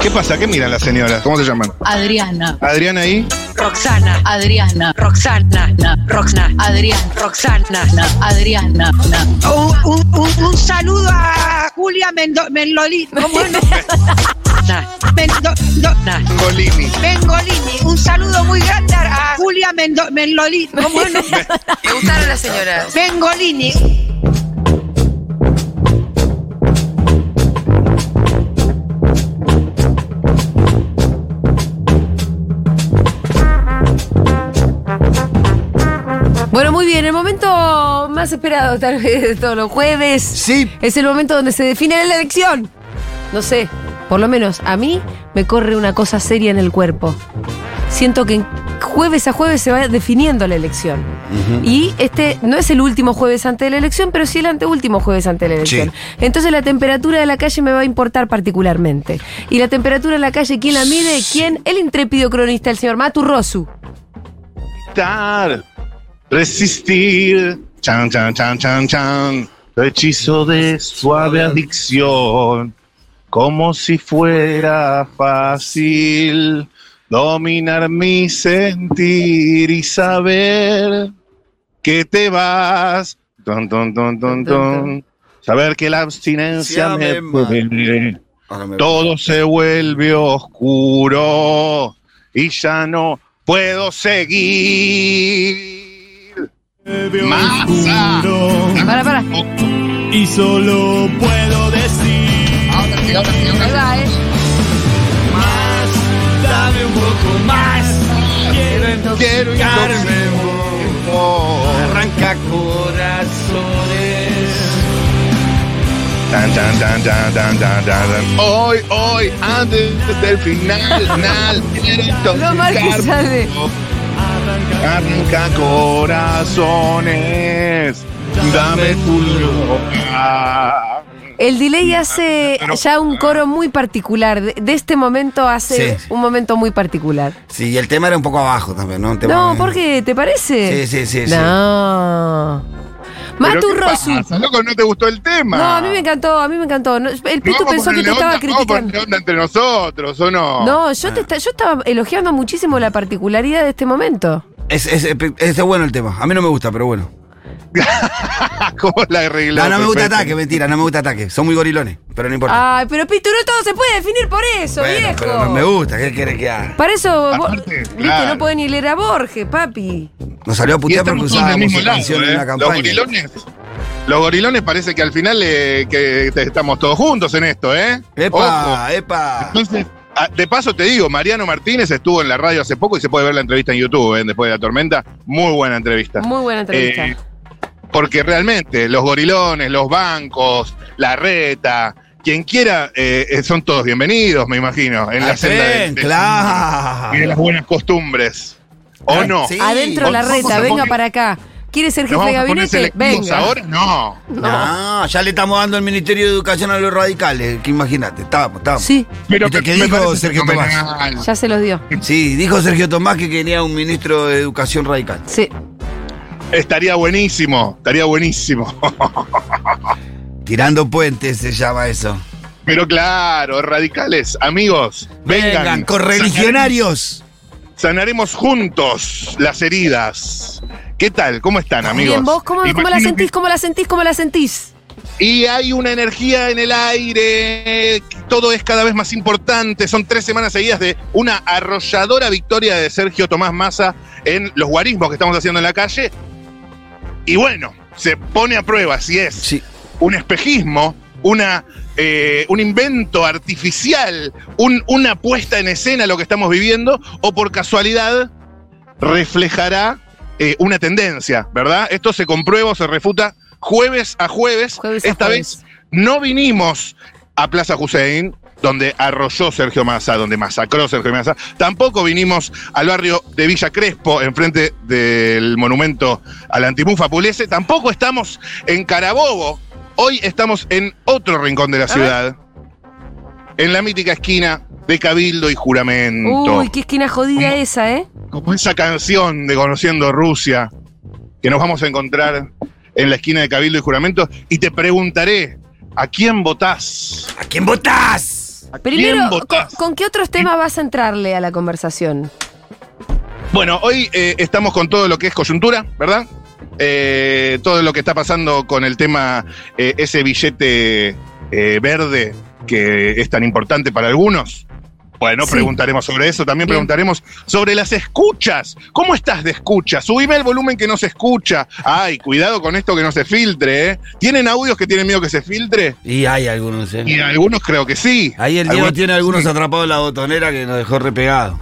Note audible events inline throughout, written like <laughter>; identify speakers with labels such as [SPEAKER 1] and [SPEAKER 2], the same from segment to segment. [SPEAKER 1] ¿Qué pasa? ¿Qué miran las señoras? ¿Cómo se llaman?
[SPEAKER 2] Adriana,
[SPEAKER 1] Adriana ahí.
[SPEAKER 3] Roxana,
[SPEAKER 2] Adriana,
[SPEAKER 3] Roxana, Roxana,
[SPEAKER 2] Adriana,
[SPEAKER 3] Roxana. Oh,
[SPEAKER 2] Adriana,
[SPEAKER 3] Un, un- un- un saludo a Julia Mendo, Menloli- ¿cómo
[SPEAKER 4] <laughs>
[SPEAKER 3] es? Mendo- do-
[SPEAKER 1] Golini.
[SPEAKER 3] Mengolini. Un saludo muy grande a Julia Mendo, Menloli- ¿cómo es?
[SPEAKER 1] <laughs>
[SPEAKER 4] Me gustaron las señoras.
[SPEAKER 3] Mengolini.
[SPEAKER 4] Bueno, muy bien, el momento más esperado tal vez de todos los jueves.
[SPEAKER 5] Sí.
[SPEAKER 4] Es el momento donde se define la elección. No sé, por lo menos a mí me corre una cosa seria en el cuerpo. Siento que en jueves a jueves se va definiendo la elección. Y este no es el último jueves antes de la elección, pero sí el anteúltimo jueves antes de la elección. Entonces la temperatura de la calle me va a importar particularmente. Y la temperatura de la calle, ¿quién la mide? ¿Quién? El intrépido cronista, el señor Maturrosu.
[SPEAKER 1] Estar, resistir, chan, chan, chan, chan, chan, el hechizo de suave adicción, como si fuera fácil dominar mi sentir y saber que te vas, Ton, ton, ton, ton, ton. saber que la abstinencia
[SPEAKER 5] Sí,
[SPEAKER 1] me
[SPEAKER 5] amén,
[SPEAKER 1] puede.
[SPEAKER 5] Ahora me-
[SPEAKER 1] Todo se vuelve oscuro y ya no puedo seguir. Masa.
[SPEAKER 4] Para, para.
[SPEAKER 6] Y solo puedo decir
[SPEAKER 1] Ahora sí, ahora sí, ahora
[SPEAKER 4] Ahí
[SPEAKER 1] sí.
[SPEAKER 4] va, eh.
[SPEAKER 6] más, dame un poco más. Quiero
[SPEAKER 1] Quiero
[SPEAKER 6] intoxicarme.
[SPEAKER 1] intoxicarme.
[SPEAKER 6] Arranca corazones.
[SPEAKER 1] Tan, tan, tan, tan, tan, tan, tan, tan. Hoy, hoy, antes del final, final, quiero
[SPEAKER 4] No marques,
[SPEAKER 1] intoxicarme.
[SPEAKER 4] sabe.
[SPEAKER 1] Arranca corazones, dame tu lugar.
[SPEAKER 4] El delay hace
[SPEAKER 1] Pero-
[SPEAKER 4] ya un coro muy particular. De, de este momento hace
[SPEAKER 5] Sí.
[SPEAKER 4] un momento muy particular.
[SPEAKER 5] Sí, y el tema era un poco abajo también, ¿no? Un tema
[SPEAKER 4] No,
[SPEAKER 5] bien-
[SPEAKER 4] ¿por qué? ¿Te
[SPEAKER 5] Sí,
[SPEAKER 4] parece?
[SPEAKER 5] sí, sí, sí.
[SPEAKER 4] No.
[SPEAKER 1] ¿Pero
[SPEAKER 4] Matu
[SPEAKER 1] qué
[SPEAKER 4] Rosu.
[SPEAKER 1] pasa, loco, no te gustó el tema.
[SPEAKER 4] No, a mí me encantó, a mí me encantó. No, El Pitu
[SPEAKER 1] Vamos a
[SPEAKER 4] pensó que te
[SPEAKER 1] ponerle
[SPEAKER 4] estaba
[SPEAKER 1] onda, Vamos a
[SPEAKER 4] criticando.
[SPEAKER 1] ponerle onda entre nosotros, ¿o no?
[SPEAKER 4] No, yo,
[SPEAKER 1] Ah.
[SPEAKER 4] te esta- yo estaba elogiando muchísimo la particularidad de este momento.
[SPEAKER 5] Es, es, es- está bueno el tema. A mí no me gusta, pero bueno.
[SPEAKER 1] <laughs> ¿Cómo la arregló?
[SPEAKER 5] No, no me gusta
[SPEAKER 1] Perfecto.
[SPEAKER 5] ataque, mentira, no me gusta ataque. Son muy gorilones, pero no importa.
[SPEAKER 4] Ay, pero Pitu, no todo se puede definir por eso,
[SPEAKER 5] Bueno,
[SPEAKER 4] Ah, viejo.
[SPEAKER 5] pero no me gusta, ¿qué quiere que haga?
[SPEAKER 4] Para eso, vos-
[SPEAKER 1] Aparte,
[SPEAKER 4] viste,
[SPEAKER 1] claro.
[SPEAKER 4] no podés ni leer a Borges, papi.
[SPEAKER 5] Nos salió a
[SPEAKER 1] Y
[SPEAKER 5] putear porque
[SPEAKER 1] estamos todos del
[SPEAKER 5] usábamos
[SPEAKER 1] mismo
[SPEAKER 5] su
[SPEAKER 1] lado,
[SPEAKER 5] canción
[SPEAKER 1] ¿eh?
[SPEAKER 5] en la
[SPEAKER 1] Los
[SPEAKER 5] campaña.
[SPEAKER 1] gorilones. Los gorilones parece que al final eh, que te- estamos todos juntos en esto, ¿eh?
[SPEAKER 5] Epa,
[SPEAKER 1] Ojo.
[SPEAKER 5] epa.
[SPEAKER 1] Entonces, ah, de paso te digo, Mariano Martínez estuvo en la radio hace poco y se puede ver la entrevista en YouTube, ¿eh? después de la tormenta. Muy buena entrevista.
[SPEAKER 4] Muy buena entrevista.
[SPEAKER 1] Eh, porque realmente los gorilones, los bancos, la reta, quien quiera, eh, eh, son todos bienvenidos, me imagino, en
[SPEAKER 5] Al
[SPEAKER 1] la senda de-
[SPEAKER 5] tren,
[SPEAKER 1] de- y de
[SPEAKER 5] claro.
[SPEAKER 1] las buenas costumbres. ¿O
[SPEAKER 5] Ay,
[SPEAKER 1] no?
[SPEAKER 5] sí.
[SPEAKER 4] Adentro la
[SPEAKER 1] Vos- vos
[SPEAKER 4] reta,
[SPEAKER 1] sos
[SPEAKER 4] venga
[SPEAKER 1] vos-
[SPEAKER 4] para acá. ¿Quiere ser
[SPEAKER 1] ¿Nos
[SPEAKER 4] jefe de
[SPEAKER 1] vamos a poner
[SPEAKER 4] gabinete?
[SPEAKER 1] selectivos
[SPEAKER 4] Venga.
[SPEAKER 1] ahora? No.
[SPEAKER 5] No, ya le estamos dando el Ministerio de Educación a los radicales, que imagínate, estábamos, estábamos.
[SPEAKER 4] Sí,
[SPEAKER 1] Pero
[SPEAKER 5] ¿Viste
[SPEAKER 1] me-
[SPEAKER 5] qué
[SPEAKER 1] me
[SPEAKER 5] dijo
[SPEAKER 1] parece
[SPEAKER 5] Sergio Tomás?
[SPEAKER 1] fenomenal.
[SPEAKER 4] ya se los dio.
[SPEAKER 5] Sí, dijo Sergio Tomás que quería un ministro de Educación radical.
[SPEAKER 4] Sí.
[SPEAKER 1] Estaría buenísimo, estaría buenísimo.
[SPEAKER 5] <laughs> Tirando puentes se llama eso.
[SPEAKER 1] Pero claro, radicales, amigos, vengan.
[SPEAKER 5] Vengan, correligionarios.
[SPEAKER 1] Sanar- Sanaremos juntos las heridas. ¿Qué tal? ¿Cómo están, amigos?
[SPEAKER 4] Bien, vos, ¿cómo, cómo la
[SPEAKER 1] Imagino que-
[SPEAKER 4] sentís? ¿Cómo la sentís? ¿Cómo la sentís?
[SPEAKER 1] Y hay una energía en el aire, todo es cada vez más importante. Son tres semanas seguidas de una arrolladora victoria de Sergio Tomás Massa en los guarismos que estamos haciendo en la calle. Y bueno, se pone a prueba si es
[SPEAKER 5] Sí.
[SPEAKER 1] un espejismo, una, eh, un invento artificial, un- una puesta en escena lo que estamos viviendo, o por casualidad reflejará eh, una tendencia, ¿verdad? Esto se comprueba o se refuta jueves a jueves.
[SPEAKER 4] Jueves a
[SPEAKER 1] Esta
[SPEAKER 4] jueves.
[SPEAKER 1] vez no vinimos a Plaza Hussein, donde arrolló Sergio Massa, donde masacró Sergio Massa. Tampoco vinimos al barrio de Villa Crespo, enfrente del monumento a la antimufa Pulese. Tampoco estamos en Carabobo. Hoy estamos en otro rincón de la ciudad, en la mítica esquina de Cabildo y Juramento.
[SPEAKER 4] Uy, qué esquina jodida
[SPEAKER 1] ¿Cómo?
[SPEAKER 4] esa, ¿eh?
[SPEAKER 1] Como esa canción de Conociendo Rusia, que nos vamos a encontrar en la esquina de Cabildo y Juramento, y te preguntaré, ¿a quién votás?
[SPEAKER 5] ¿A quién votás?
[SPEAKER 1] votás? ¿A quién
[SPEAKER 4] Primero, ¿con,
[SPEAKER 1] votás?
[SPEAKER 4] con qué otros temas vas a entrarle a la conversación?
[SPEAKER 1] Bueno, hoy eh, estamos con todo lo que es coyuntura, ¿verdad? Eh, todo lo que está pasando con el tema, eh, ese billete eh, verde que es tan importante para algunos. Bueno,
[SPEAKER 4] Sí.
[SPEAKER 1] preguntaremos sobre eso. También
[SPEAKER 4] Bien.
[SPEAKER 1] preguntaremos sobre las escuchas. ¿Cómo estás de escucha? Subime el volumen que no se escucha. Ay, cuidado con esto que no se filtre, ¿eh? ¿Tienen audios que tienen miedo que se filtre?
[SPEAKER 5] Y hay algunos, ¿eh?
[SPEAKER 1] Y algunos creo que sí.
[SPEAKER 5] Ahí el Diego
[SPEAKER 1] Algunos-
[SPEAKER 5] tiene algunos atrapados en la botonera que nos dejó repegado.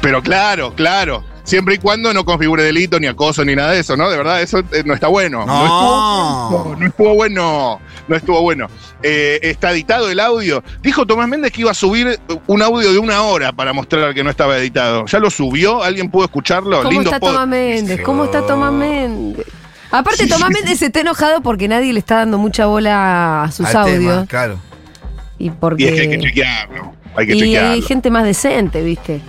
[SPEAKER 1] Pero claro, claro. Siempre y cuando no configure delito, ni acoso, ni nada de eso, ¿no? De verdad, eso eh, no está bueno.
[SPEAKER 5] No.
[SPEAKER 1] estuvo, no estuvo bueno. No estuvo bueno. Eh, está editado el audio. Dijo Tomás Méndez que iba a subir un audio de una hora para mostrar que no estaba editado. ¿Ya lo subió? ¿Alguien pudo escucharlo?
[SPEAKER 4] ¿Cómo
[SPEAKER 1] Lindo
[SPEAKER 4] está
[SPEAKER 1] pod-
[SPEAKER 4] Tomás Méndez? ¿Cómo está Tomás Méndez? Aparte, Tomás Méndez está enojado porque nadie le está dando mucha bola a sus
[SPEAKER 5] Al tema,
[SPEAKER 4] audios.
[SPEAKER 5] claro.
[SPEAKER 4] Y porque.
[SPEAKER 1] Y es que hay que chequearlo. Hay que
[SPEAKER 4] y
[SPEAKER 1] chequearlo.
[SPEAKER 4] hay gente más decente, ¿viste?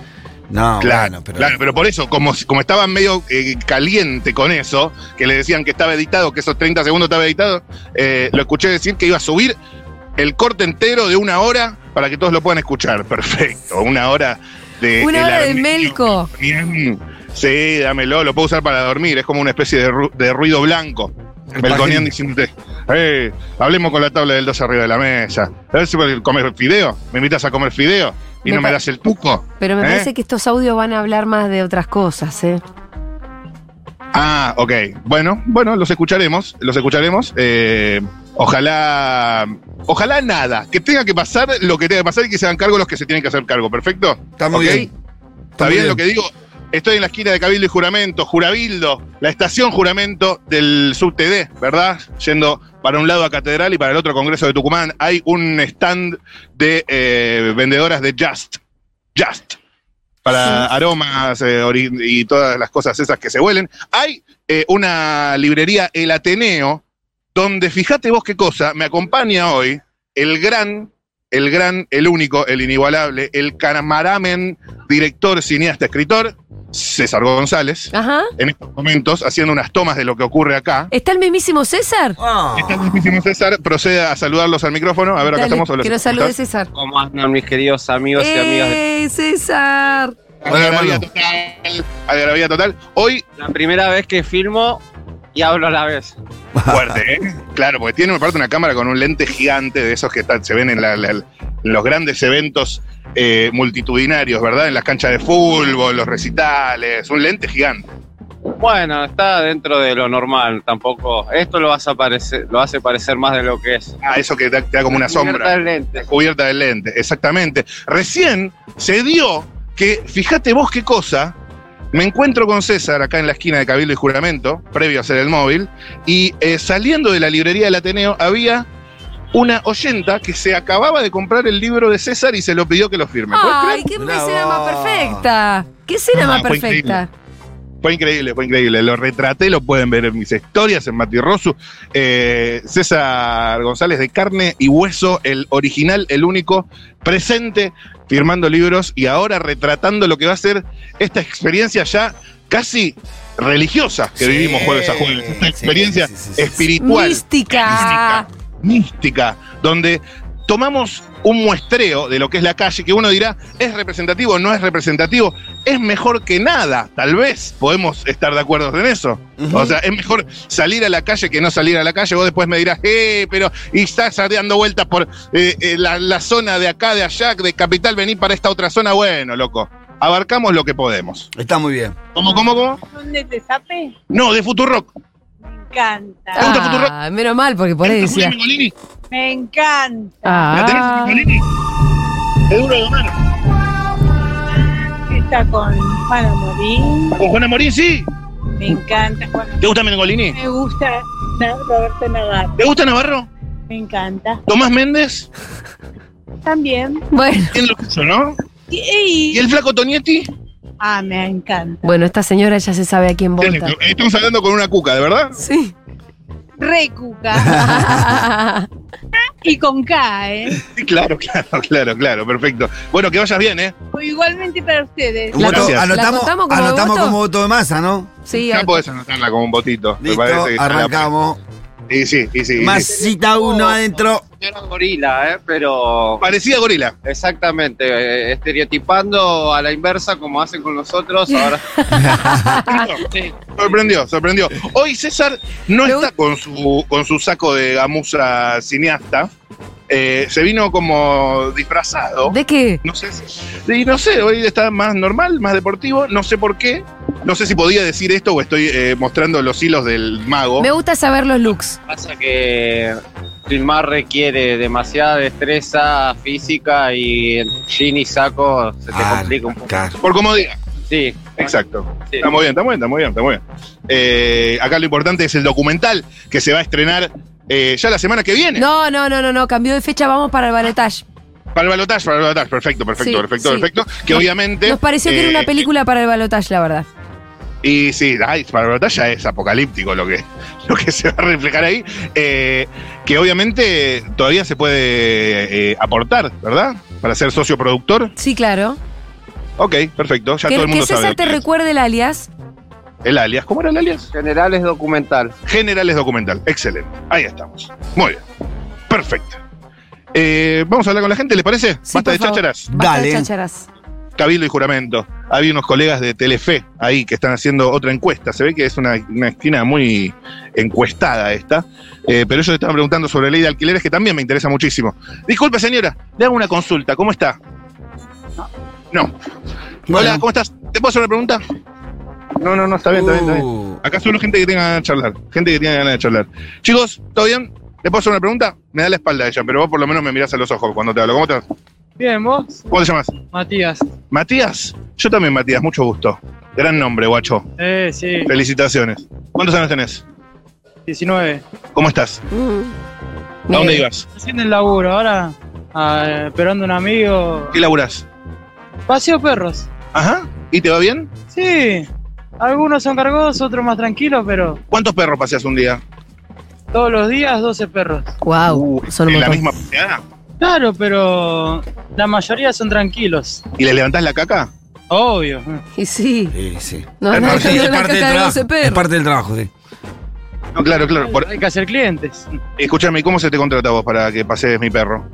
[SPEAKER 5] No,
[SPEAKER 1] Claro,
[SPEAKER 5] bueno, pero.
[SPEAKER 1] pero, claro, pero por eso, como, como estaba medio eh, caliente con eso, que le decían que estaba editado, que esos 30 segundos estaba editado, eh, lo escuché decir que iba a subir el corte entero de una hora para que todos lo puedan escuchar. Perfecto, una hora de...
[SPEAKER 4] Una
[SPEAKER 1] Eh, el
[SPEAKER 4] hora de
[SPEAKER 1] armenio.
[SPEAKER 4] Melco.
[SPEAKER 1] Bien. Sí, dámelo, lo puedo usar para dormir, es como una especie de, ru- de ruido blanco. Melconian diciéndote, eh, hablemos con la tabla del 2 arriba de la mesa. A ver si puedes comer fideo, me invitas a comer fideo y
[SPEAKER 4] Me
[SPEAKER 1] no me
[SPEAKER 4] pa-
[SPEAKER 1] das el tuco.
[SPEAKER 4] Pero me
[SPEAKER 1] ¿Eh?
[SPEAKER 4] parece que estos audios van a hablar más de otras cosas, ¿eh?
[SPEAKER 1] Ah, ok. Bueno, bueno, los escucharemos, los escucharemos. Eh, ojalá, ojalá nada, que tenga que pasar lo que tenga que pasar y que se hagan cargo los que se tienen que hacer cargo, ¿perfecto?
[SPEAKER 5] Está muy
[SPEAKER 1] Ok.
[SPEAKER 5] bien.
[SPEAKER 1] ¿Está
[SPEAKER 5] muy
[SPEAKER 1] bien
[SPEAKER 5] bien.
[SPEAKER 1] lo que digo? Estoy en la esquina de Cabildo y Juramento, Jurabildo, la estación Juramento del subtd, ¿verdad? Yendo para un lado a Catedral y para el otro Congreso de Tucumán. Hay un stand de eh, vendedoras de Just. Just. Para aromas eh, ori- y todas las cosas esas que se huelen. Hay eh, una librería, El Ateneo, donde fíjate vos qué cosa, me acompaña hoy el gran, el gran, el único, el inigualable, el camaramen, director, cineasta, escritor, César González,
[SPEAKER 4] Ajá.
[SPEAKER 1] en estos momentos haciendo unas tomas de lo que ocurre acá.
[SPEAKER 4] ¿Está el mismísimo César?
[SPEAKER 5] Ah.
[SPEAKER 1] Está el mismísimo César, procede a saludarlos al micrófono. A ver, acá
[SPEAKER 4] Dale,
[SPEAKER 1] estamos. Hola,
[SPEAKER 4] Que nos
[SPEAKER 1] César,
[SPEAKER 4] salude
[SPEAKER 1] ¿cómo estás?
[SPEAKER 4] César.
[SPEAKER 2] ¿Cómo andan mis queridos amigos y amigas? de-
[SPEAKER 4] ¡Ey, César!
[SPEAKER 5] Hola,
[SPEAKER 1] Algarabía
[SPEAKER 5] hermano.
[SPEAKER 1] total. Algarabía total. Hoy,
[SPEAKER 2] La primera vez que filmo y hablo a la vez.
[SPEAKER 1] fuerte, ¿eh? <laughs> Claro, porque tiene, me parece, una cámara con un lente gigante de esos que están- se ven en, la- la- en los grandes eventos eh, multitudinarios, ¿verdad? En las canchas de fútbol, los recitales. Un lente gigante.
[SPEAKER 2] Bueno, está dentro de lo normal, tampoco. Esto lo, vas a parecer, lo hace parecer más de lo que es.
[SPEAKER 1] Ah, eso que da- te da como una sombra.
[SPEAKER 2] Cubierta de lentes.
[SPEAKER 1] cubierta del lente, exactamente. Recién se dio que, fíjate vos qué cosa, me encuentro con César acá en la esquina de Cabildo y Juramento, previo a hacer el móvil, y eh, saliendo de la librería del Ateneo había una oyenta que se acababa de comprar el libro de César y se lo pidió que lo firme. ¿Podés creer?
[SPEAKER 4] ¡Ay, qué
[SPEAKER 5] Mirá
[SPEAKER 4] escena más
[SPEAKER 5] vos.
[SPEAKER 4] perfecta! ¡Qué escena
[SPEAKER 1] Ah,
[SPEAKER 4] más
[SPEAKER 1] fue
[SPEAKER 4] perfecta!
[SPEAKER 1] Fue increíble, fue increíble. Lo retraté, lo pueden ver en mis historias en Mati Rosu. Eh, César González de Carne y Hueso, el original, el único, presente, firmando libros y ahora retratando lo que va a ser esta experiencia ya casi religiosa que
[SPEAKER 5] Sí,
[SPEAKER 1] vivimos jueves a jueves. Esta
[SPEAKER 5] sí,
[SPEAKER 1] experiencia
[SPEAKER 5] sí, sí, sí, sí.
[SPEAKER 1] espiritual
[SPEAKER 4] Mística.
[SPEAKER 1] mística, donde tomamos un muestreo de lo que es la calle, que uno dirá, ¿es representativo? ¿No es representativo? ¿Es mejor que nada? Tal vez podemos estar de acuerdo en eso.
[SPEAKER 5] Ujú.
[SPEAKER 1] O sea, es mejor salir a la calle que no salir a la calle. Vos después me dirás, eh, pero y estás dando vueltas por eh, eh, la, la zona de acá, de allá, de Capital, vení para esta otra zona. Bueno, loco, abarcamos lo que podemos.
[SPEAKER 5] Está muy bien.
[SPEAKER 1] ¿Cómo, cómo, cómo?
[SPEAKER 7] ¿Dónde te sape?
[SPEAKER 1] No, de Futurock.
[SPEAKER 7] Me encanta.
[SPEAKER 1] ¿Te gusta Futurock?
[SPEAKER 4] Ah, menos mal, porque por ahí
[SPEAKER 1] ¿Esta Julia
[SPEAKER 4] decía.
[SPEAKER 1] Mengolini?
[SPEAKER 7] Me encanta.
[SPEAKER 1] ¿La tenés,
[SPEAKER 4] Ah,
[SPEAKER 1] Mengolini? Es duro de mano.
[SPEAKER 7] Está con Juana Morín.
[SPEAKER 1] ¿Con Juana Morín, sí?
[SPEAKER 7] Me encanta Juana.
[SPEAKER 1] ¿Te gusta Mengolini?
[SPEAKER 7] Me gusta Na- Roberto Navarro.
[SPEAKER 1] ¿Te gusta Navarro?
[SPEAKER 7] Me encanta.
[SPEAKER 1] ¿Tomás Méndez?
[SPEAKER 7] También.
[SPEAKER 4] bueno.
[SPEAKER 1] ¿Quién lo puso, no?
[SPEAKER 7] Y,
[SPEAKER 1] ¿Y el flaco Tonietti?
[SPEAKER 7] Ah, me encanta.
[SPEAKER 4] Bueno, esta señora ya se sabe a quién vota.
[SPEAKER 1] Estamos hablando con una cuca, ¿de verdad?
[SPEAKER 4] Sí.
[SPEAKER 7] Recuca.
[SPEAKER 1] <laughs>
[SPEAKER 7] y con K, ¿eh?
[SPEAKER 1] Sí, <laughs> claro, claro, claro, claro, perfecto. Bueno, que vayas bien, ¿eh?
[SPEAKER 7] O Pues igualmente para ustedes.
[SPEAKER 5] Un voto-
[SPEAKER 1] Gracias.
[SPEAKER 4] Eh, ¿La
[SPEAKER 5] anotamos
[SPEAKER 4] contamos como
[SPEAKER 5] anotamos
[SPEAKER 4] voto?
[SPEAKER 5] como voto de masa, ¿no?
[SPEAKER 4] sí,
[SPEAKER 1] Ya
[SPEAKER 4] al-
[SPEAKER 1] podés anotarla como un botito. me
[SPEAKER 5] Listo,
[SPEAKER 1] parece que está la-
[SPEAKER 5] arrancamos.
[SPEAKER 1] está, Y sí, y sí. y
[SPEAKER 5] Más
[SPEAKER 1] sí.
[SPEAKER 5] cita uno adentro.
[SPEAKER 2] Era gorila, ¿eh? Pero
[SPEAKER 1] Parecía gorila.
[SPEAKER 2] exactamente, eh, estereotipando a la inversa como hacen con nosotros ahora. Sí.
[SPEAKER 1] Sorprendió, sorprendió. Hoy César no
[SPEAKER 4] Me
[SPEAKER 1] está con su, con su saco de gamuza cineasta. Eh, se vino como disfrazado.
[SPEAKER 4] ¿De qué?
[SPEAKER 1] No sé si- Y no sé, hoy está más normal, más deportivo. No sé por qué. No sé si podía decir esto o estoy eh, mostrando los hilos del mago.
[SPEAKER 4] Me gusta saber los looks.
[SPEAKER 2] Pasa que filmar requiere demasiada destreza física y en jean y saco se te
[SPEAKER 5] Ah,
[SPEAKER 2] complica un poco.
[SPEAKER 5] claro.
[SPEAKER 1] Por comodidad.
[SPEAKER 2] Sí,
[SPEAKER 1] Exacto.
[SPEAKER 2] sí.
[SPEAKER 1] Está muy bien, está muy bien, está muy bien, está muy bien. Eh, acá lo importante es el documental que se va a estrenar eh, ya la semana que viene.
[SPEAKER 4] No, no, no, no, no. Cambió de fecha, vamos para el balotaje.
[SPEAKER 1] Para el balotaje, para el balotaje. Perfecto, Ah, perfecto,
[SPEAKER 4] Sí,
[SPEAKER 1] perfecto,
[SPEAKER 4] sí.
[SPEAKER 1] perfecto. Que
[SPEAKER 4] Nos-
[SPEAKER 1] obviamente.
[SPEAKER 4] Nos pareció que era
[SPEAKER 1] eh,
[SPEAKER 4] una película para el balotaje, la verdad.
[SPEAKER 1] Y sí, ay, para la batalla es apocalíptico lo que, <laughs> lo que se va a reflejar ahí. eh, que obviamente todavía se puede eh, aportar, ¿verdad? Para ser socio productor.
[SPEAKER 4] Sí, claro.
[SPEAKER 1] Ok, perfecto. Ya
[SPEAKER 4] Que,
[SPEAKER 1] todo el
[SPEAKER 4] que
[SPEAKER 1] mundo sabe.
[SPEAKER 4] César
[SPEAKER 1] lo que
[SPEAKER 4] te
[SPEAKER 1] es.
[SPEAKER 4] recuerde el alias.
[SPEAKER 1] El alias. ¿Cómo era el alias?
[SPEAKER 2] general es documental.
[SPEAKER 1] General es documental. Excelente. Ahí estamos. Muy bien. Perfecto. Eh, vamos a hablar con la gente, ¿les parece?
[SPEAKER 4] Sí,
[SPEAKER 1] Basta
[SPEAKER 4] por
[SPEAKER 1] de
[SPEAKER 4] favor.
[SPEAKER 1] chácharas.
[SPEAKER 4] Basta
[SPEAKER 5] Dale.
[SPEAKER 4] de chácharas.
[SPEAKER 1] Cabildo y juramento. Había unos colegas de Telefe ahí que están haciendo otra encuesta. Se ve que es una, una esquina muy encuestada esta. Eh, pero ellos estaban preguntando sobre la ley de alquileres que también me interesa muchísimo. Disculpe, señora, le hago una consulta. ¿Cómo está? No. Hola, ¿cómo estás? ¿Te puedo hacer una pregunta? No, no, no, está bien, está bien, está bien.
[SPEAKER 5] Uh,
[SPEAKER 1] Acá solo gente que tenga ganas de charlar. Gente que tiene ganas de charlar. Chicos, ¿todo bien? ¿Le puedo hacer una pregunta? Me da la espalda ella, pero vos por lo menos me mirás a los ojos cuando te hablo. ¿Cómo estás?
[SPEAKER 2] Bien, vos,
[SPEAKER 1] ¿Cómo te llamas?
[SPEAKER 2] Matías.
[SPEAKER 1] Matías, yo también Matías, mucho gusto. Gran nombre, guacho.
[SPEAKER 2] Eh, sí,
[SPEAKER 1] Felicitaciones. ¿Cuántos años tenés?
[SPEAKER 2] 19.
[SPEAKER 1] ¿Cómo estás?
[SPEAKER 4] Mm.
[SPEAKER 1] ¿A dónde
[SPEAKER 4] Bien.
[SPEAKER 1] ibas?
[SPEAKER 2] Haciendo el laburo, ahora ah, esperando un amigo.
[SPEAKER 1] ¿Qué laburás?
[SPEAKER 2] Paseo perros.
[SPEAKER 1] Ajá. ¿Y te va bien?
[SPEAKER 2] Sí, algunos son cargosos, otros más tranquilos, pero
[SPEAKER 1] ¿Cuántos perros paseas un día?
[SPEAKER 2] todos los días 12 perros.
[SPEAKER 4] Guau,
[SPEAKER 1] Uh,
[SPEAKER 4] son un
[SPEAKER 1] ¿En la
[SPEAKER 4] montón.
[SPEAKER 1] misma paseada?
[SPEAKER 2] Claro, pero la mayoría son tranquilos,
[SPEAKER 1] ¿Y le levantás la caca?
[SPEAKER 2] obvio.
[SPEAKER 4] Y sí.
[SPEAKER 5] sí, sí.
[SPEAKER 4] No,
[SPEAKER 1] Es
[SPEAKER 4] no,
[SPEAKER 1] parte-
[SPEAKER 4] no,
[SPEAKER 5] es
[SPEAKER 4] la
[SPEAKER 5] parte del
[SPEAKER 4] caca de
[SPEAKER 5] trabajo.
[SPEAKER 4] 12 perros.
[SPEAKER 5] Es parte del trabajo, sí.
[SPEAKER 1] No, claro, claro. Por-
[SPEAKER 2] Hay que hacer clientes.
[SPEAKER 1] Escúchame, ¿y ¿cómo se te contrata vos para que pasees mi perro?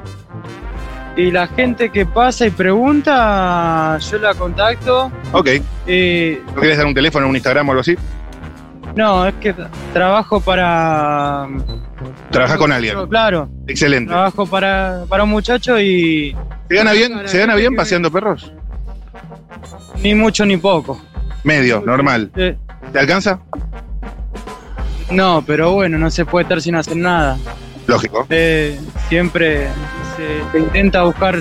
[SPEAKER 2] Y la gente que pasa y pregunta, yo la contacto.
[SPEAKER 1] Ok.
[SPEAKER 2] eh,
[SPEAKER 1] ¿No querés dar un teléfono, un Instagram o algo así?
[SPEAKER 2] no, es que trabajo para...
[SPEAKER 1] Trabajás con alguien.
[SPEAKER 2] Claro,
[SPEAKER 1] Excelente.
[SPEAKER 2] trabajo para, para un muchacho y
[SPEAKER 1] ¿Se gana bien, ¿se gana bien paseando perros?
[SPEAKER 2] ni mucho ni poco.
[SPEAKER 1] Medio, normal.
[SPEAKER 2] Eh,
[SPEAKER 1] ¿Te alcanza?
[SPEAKER 2] no, pero bueno, no se puede estar sin hacer nada.
[SPEAKER 1] Lógico.
[SPEAKER 2] Eh, siempre se, se intenta buscar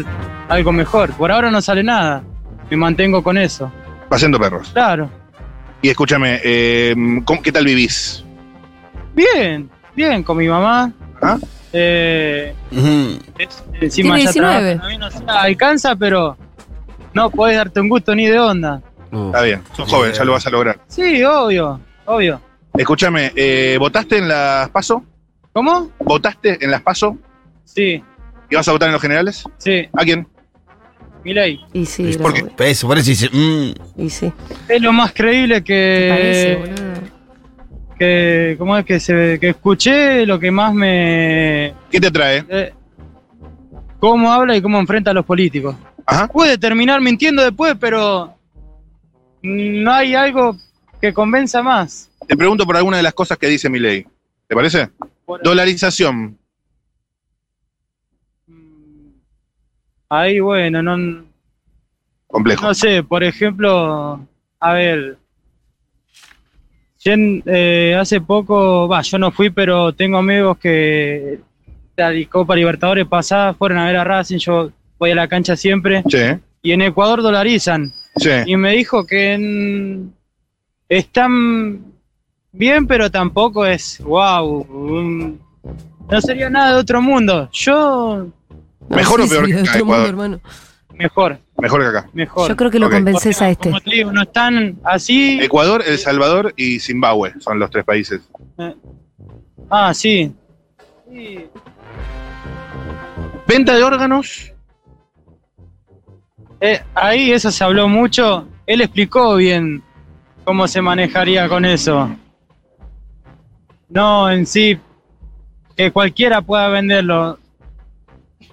[SPEAKER 2] algo mejor. Por ahora no sale nada. Me mantengo con eso.
[SPEAKER 1] Paseando perros.
[SPEAKER 2] Claro.
[SPEAKER 1] Y escúchame, eh, ¿cómo- ¿qué tal vivís?
[SPEAKER 2] Bien, bien, con mi mamá.
[SPEAKER 1] Ajá.
[SPEAKER 2] Eh,
[SPEAKER 5] Ujú.
[SPEAKER 2] es- encima
[SPEAKER 4] Tiene
[SPEAKER 7] ya
[SPEAKER 4] 19.
[SPEAKER 7] trabaja,
[SPEAKER 2] también, o sea, alcanza, pero no podés darte un gusto ni de onda.
[SPEAKER 5] Uh.
[SPEAKER 1] Está bien, sos joven, ya lo vas a lograr.
[SPEAKER 2] Sí, obvio, obvio.
[SPEAKER 1] Escúchame, eh, ¿votaste en las PASO?
[SPEAKER 2] ¿Cómo?
[SPEAKER 1] ¿Votaste en las PASO?
[SPEAKER 2] Sí,
[SPEAKER 1] ¿Y vas a votar en los generales?
[SPEAKER 2] sí,
[SPEAKER 1] ¿A quién?
[SPEAKER 2] mi ley.
[SPEAKER 4] Y sí,
[SPEAKER 1] ¿Por qué?
[SPEAKER 4] bro,
[SPEAKER 5] Eso, por eso dice. mm,
[SPEAKER 4] y sí.
[SPEAKER 2] Es lo más creíble
[SPEAKER 4] ¿Te
[SPEAKER 8] Eh,
[SPEAKER 4] parece,
[SPEAKER 2] que,
[SPEAKER 4] boludo?
[SPEAKER 2] que ¿cómo es que se que escuché lo que más me
[SPEAKER 1] ¿Qué te atrae?
[SPEAKER 2] eh, cómo habla y cómo enfrenta a los políticos.
[SPEAKER 1] Ajá.
[SPEAKER 2] Puede terminar mintiendo después, pero no hay algo que convenza más.
[SPEAKER 1] Te pregunto por alguna de las cosas que dice mi ley. ¿Te parece?
[SPEAKER 2] Por-
[SPEAKER 1] Dolarización.
[SPEAKER 2] Ahí, bueno, no,
[SPEAKER 1] Complejo.
[SPEAKER 2] no sé, por ejemplo, a ver, yen- eh, hace poco, va, yo no fui, pero tengo amigos que la di- Copa Libertadores pasada fueron a ver a Racing, yo voy a la cancha siempre,
[SPEAKER 1] Che,
[SPEAKER 2] y en Ecuador dolarizan,
[SPEAKER 1] che.
[SPEAKER 2] y me dijo que en- están bien, pero tampoco es, wow, no sería nada de otro mundo, yo
[SPEAKER 4] No,
[SPEAKER 1] ¿Mejor o
[SPEAKER 4] sí,
[SPEAKER 1] peor
[SPEAKER 4] sí,
[SPEAKER 1] que acá,
[SPEAKER 4] otro mundo,
[SPEAKER 1] Ecuador?
[SPEAKER 4] hermano.
[SPEAKER 2] mejor,
[SPEAKER 1] Mejor que acá.
[SPEAKER 2] mejor.
[SPEAKER 4] Yo creo que lo
[SPEAKER 1] Ok.
[SPEAKER 4] convences a este.
[SPEAKER 2] Como te digo, no están así.
[SPEAKER 1] Ecuador, El Salvador y Zimbabue son los tres países.
[SPEAKER 2] Ah, sí. Sí.
[SPEAKER 1] ¿Venta de órganos?
[SPEAKER 2] Eh, ahí eso se habló mucho. Él explicó bien cómo se manejaría con eso. No, en sí, que cualquiera pueda venderlo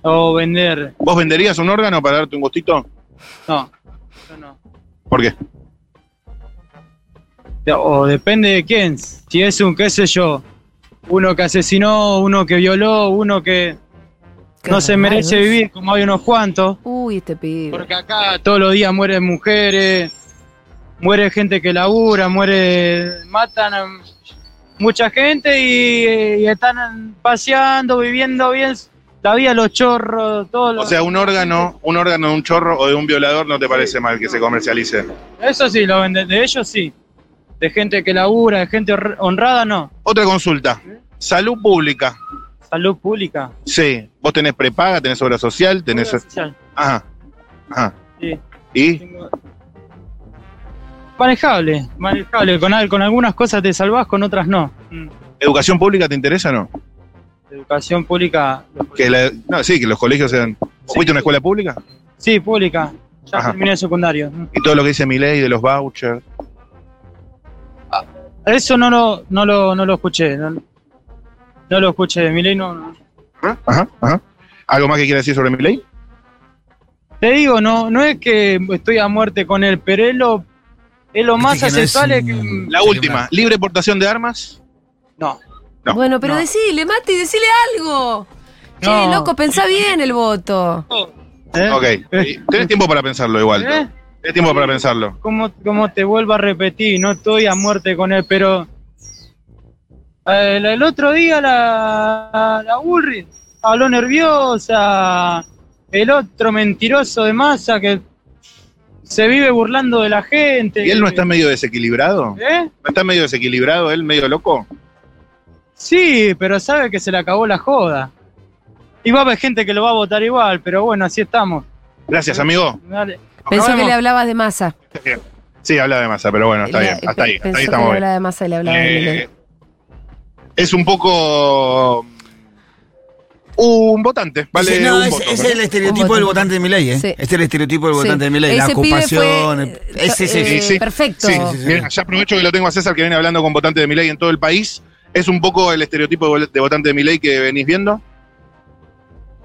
[SPEAKER 2] o vender.
[SPEAKER 1] ¿Vos venderías un órgano para darte un gustito?
[SPEAKER 2] No, yo no.
[SPEAKER 1] ¿Por qué?
[SPEAKER 2] De- O depende de quién. Si es un, qué sé yo, uno que asesinó, uno que violó, uno que no se merece vivir, como hay unos cuantos.
[SPEAKER 4] Uy, este pibe.
[SPEAKER 2] Porque acá todos los días mueren mujeres, muere gente que labura, muere, matan a mucha gente y, y están paseando, viviendo bien la vida de los chorros,
[SPEAKER 1] O
[SPEAKER 2] todos
[SPEAKER 1] sea, un órgano, un órgano de un chorro o de un violador no te parece mal que se comercialice.
[SPEAKER 2] Eso sí, lo venden, de ellos sí. De gente que labura, de gente hor- honrada, no.
[SPEAKER 1] Otra consulta. Salud pública.
[SPEAKER 2] Salud pública.
[SPEAKER 1] Sí. Vos tenés prepaga, tenés obra social, tenés.
[SPEAKER 2] Obra social,
[SPEAKER 1] Ajá. Ajá.
[SPEAKER 2] sí,
[SPEAKER 1] ¿Y?
[SPEAKER 2] tengo- Manejable, manejable. Con, al- con algunas cosas te salvás, con otras no. Mm.
[SPEAKER 1] ¿Educación pública te interesa o no?
[SPEAKER 2] Educación pública.
[SPEAKER 1] Que la- no, sí, que los colegios sean. ¿Vos ¿Fuiste a una escuela pública?
[SPEAKER 2] Sí, pública. Ya
[SPEAKER 1] Ajá.
[SPEAKER 2] terminé el secundario. Mm.
[SPEAKER 1] Y todo lo que dice mi ley de los vouchers.
[SPEAKER 2] Eso no lo, no lo, no lo escuché. No, no lo escuché. Mi ley no, no.
[SPEAKER 1] Ajá, ajá. ¿Algo más que quieras decir sobre mi ley?
[SPEAKER 2] Te digo, no, no es que estoy a muerte con él, pero es lo, es lo más
[SPEAKER 5] Viste que no es
[SPEAKER 2] asexual
[SPEAKER 5] un-
[SPEAKER 2] que.
[SPEAKER 1] La última. ¿Libre portación de armas?
[SPEAKER 2] No.
[SPEAKER 1] No,
[SPEAKER 4] bueno, pero
[SPEAKER 2] no.
[SPEAKER 4] decile, Mati, decile algo. Che,
[SPEAKER 2] No.
[SPEAKER 4] loco, pensá bien el voto.
[SPEAKER 2] ¿Eh?
[SPEAKER 1] Ok.
[SPEAKER 2] Eh.
[SPEAKER 1] Tenés tiempo para pensarlo igual.
[SPEAKER 2] ¿Eh?
[SPEAKER 1] Tenés tiempo para pensarlo.
[SPEAKER 2] Como, como te vuelvo a repetir, no estoy a muerte con él, pero. eh, El, el otro día la, la Burri habló nerviosa. El otro mentiroso de masa que se vive burlando de la gente.
[SPEAKER 1] ¿Y él no está medio desequilibrado?
[SPEAKER 2] ¿Eh?
[SPEAKER 1] ¿No está medio desequilibrado él, medio loco?
[SPEAKER 2] Sí, pero sabe que se le acabó la joda. Y va a haber gente que lo va a votar igual, pero bueno, así estamos.
[SPEAKER 1] Gracias, amigo.
[SPEAKER 2] Dale.
[SPEAKER 4] Pensó que
[SPEAKER 1] Acabamos.
[SPEAKER 4] le hablabas de masa.
[SPEAKER 1] Sí, habla de masa, pero bueno, está
[SPEAKER 4] Le-
[SPEAKER 1] bien. Hasta ahí, hasta
[SPEAKER 4] pensó
[SPEAKER 1] ahí
[SPEAKER 4] que
[SPEAKER 1] estamos
[SPEAKER 4] le
[SPEAKER 1] bien.
[SPEAKER 4] hablaba de masa y le hablaba de
[SPEAKER 1] Eh, es un poco. mm, Un votante, vale.
[SPEAKER 5] Ese, no,
[SPEAKER 1] un
[SPEAKER 5] es,
[SPEAKER 1] voto,
[SPEAKER 5] ese
[SPEAKER 1] ¿no?
[SPEAKER 5] es el estereotipo
[SPEAKER 4] voto.
[SPEAKER 5] del votante de Milei, ¿eh?
[SPEAKER 4] Sí.
[SPEAKER 5] Este es el estereotipo del
[SPEAKER 4] Sí.
[SPEAKER 5] votante de Milei. La
[SPEAKER 4] Ese pibe fue,
[SPEAKER 5] ocupación.
[SPEAKER 4] eh,
[SPEAKER 5] ese, ese,
[SPEAKER 4] eh,
[SPEAKER 1] sí, sí.
[SPEAKER 4] Perfecto.
[SPEAKER 1] Sí, sí, sí. Mira, ya aprovecho que lo tengo a César que viene hablando con votantes de Milei en todo el país. ¿Es un poco el estereotipo de vol- de votante de Milei que venís viendo?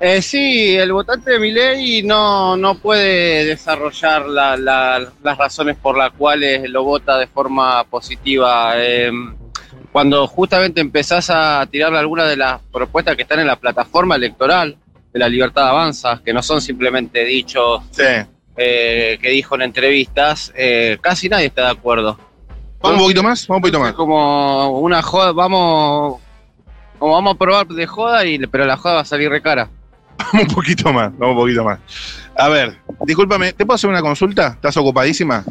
[SPEAKER 8] Eh, sí, el votante de Milei no, no puede desarrollar la- la- las razones por las cuales lo vota de forma positiva. Eh, cuando justamente empezás a tirar algunas de las propuestas que están en la plataforma electoral de la Libertad Avanza, que no son simplemente dichos
[SPEAKER 1] Sí.
[SPEAKER 8] eh, que dijo en entrevistas, eh, casi nadie está de acuerdo.
[SPEAKER 1] Vamos un poquito más, vamos un poquito
[SPEAKER 8] Entonces,
[SPEAKER 1] más.
[SPEAKER 8] Como una joda, vamos, como vamos a probar de joda, y, pero la joda va a salir re cara.
[SPEAKER 1] Vamos un poquito más, vamos un poquito más. A ver, discúlpame, ¿te puedo hacer una consulta? ¿Estás ocupadísima?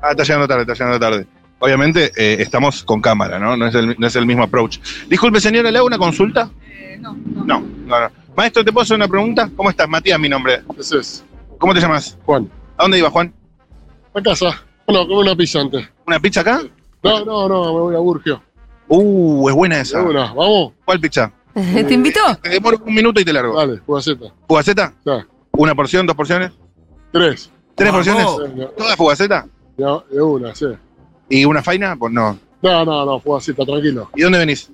[SPEAKER 1] Ah, está llegando tarde, está llegando tarde. Obviamente eh, estamos con cámara, ¿no? No es, el, no es el mismo approach. Disculpe, señora, ¿le hago una consulta?
[SPEAKER 7] no,
[SPEAKER 1] No, no, no. Maestro, ¿te puedo hacer una pregunta? ¿Cómo estás? Matías, mi nombre.
[SPEAKER 9] Eso es.
[SPEAKER 1] ¿Cómo te llamas?
[SPEAKER 9] Juan.
[SPEAKER 1] ¿A dónde ibas, Juan?
[SPEAKER 9] A casa. Bueno, como una pizza antes.
[SPEAKER 1] ¿Una pizza acá?
[SPEAKER 9] No, no, no, me voy a Burgio.
[SPEAKER 1] Uh, es buena
[SPEAKER 9] De
[SPEAKER 1] esa.
[SPEAKER 9] una, vamos.
[SPEAKER 1] ¿Cuál pizza?
[SPEAKER 4] ¿Te invitó?
[SPEAKER 1] <laughs> Te demoro un minuto y te largo.
[SPEAKER 9] Dale, fugaceta.
[SPEAKER 1] ¿Fugaceta?
[SPEAKER 9] Ya.
[SPEAKER 1] ¿Una porción, dos porciones?
[SPEAKER 9] Tres.
[SPEAKER 1] ¿Tres
[SPEAKER 5] Ah,
[SPEAKER 1] porciones?
[SPEAKER 5] no.
[SPEAKER 9] De,
[SPEAKER 1] ¿Toda fugaceta?
[SPEAKER 9] de una, sí.
[SPEAKER 1] ¿Y una faina? Pues no.
[SPEAKER 9] No, no, no, fugaceta, tranquilo.
[SPEAKER 1] ¿Y dónde venís?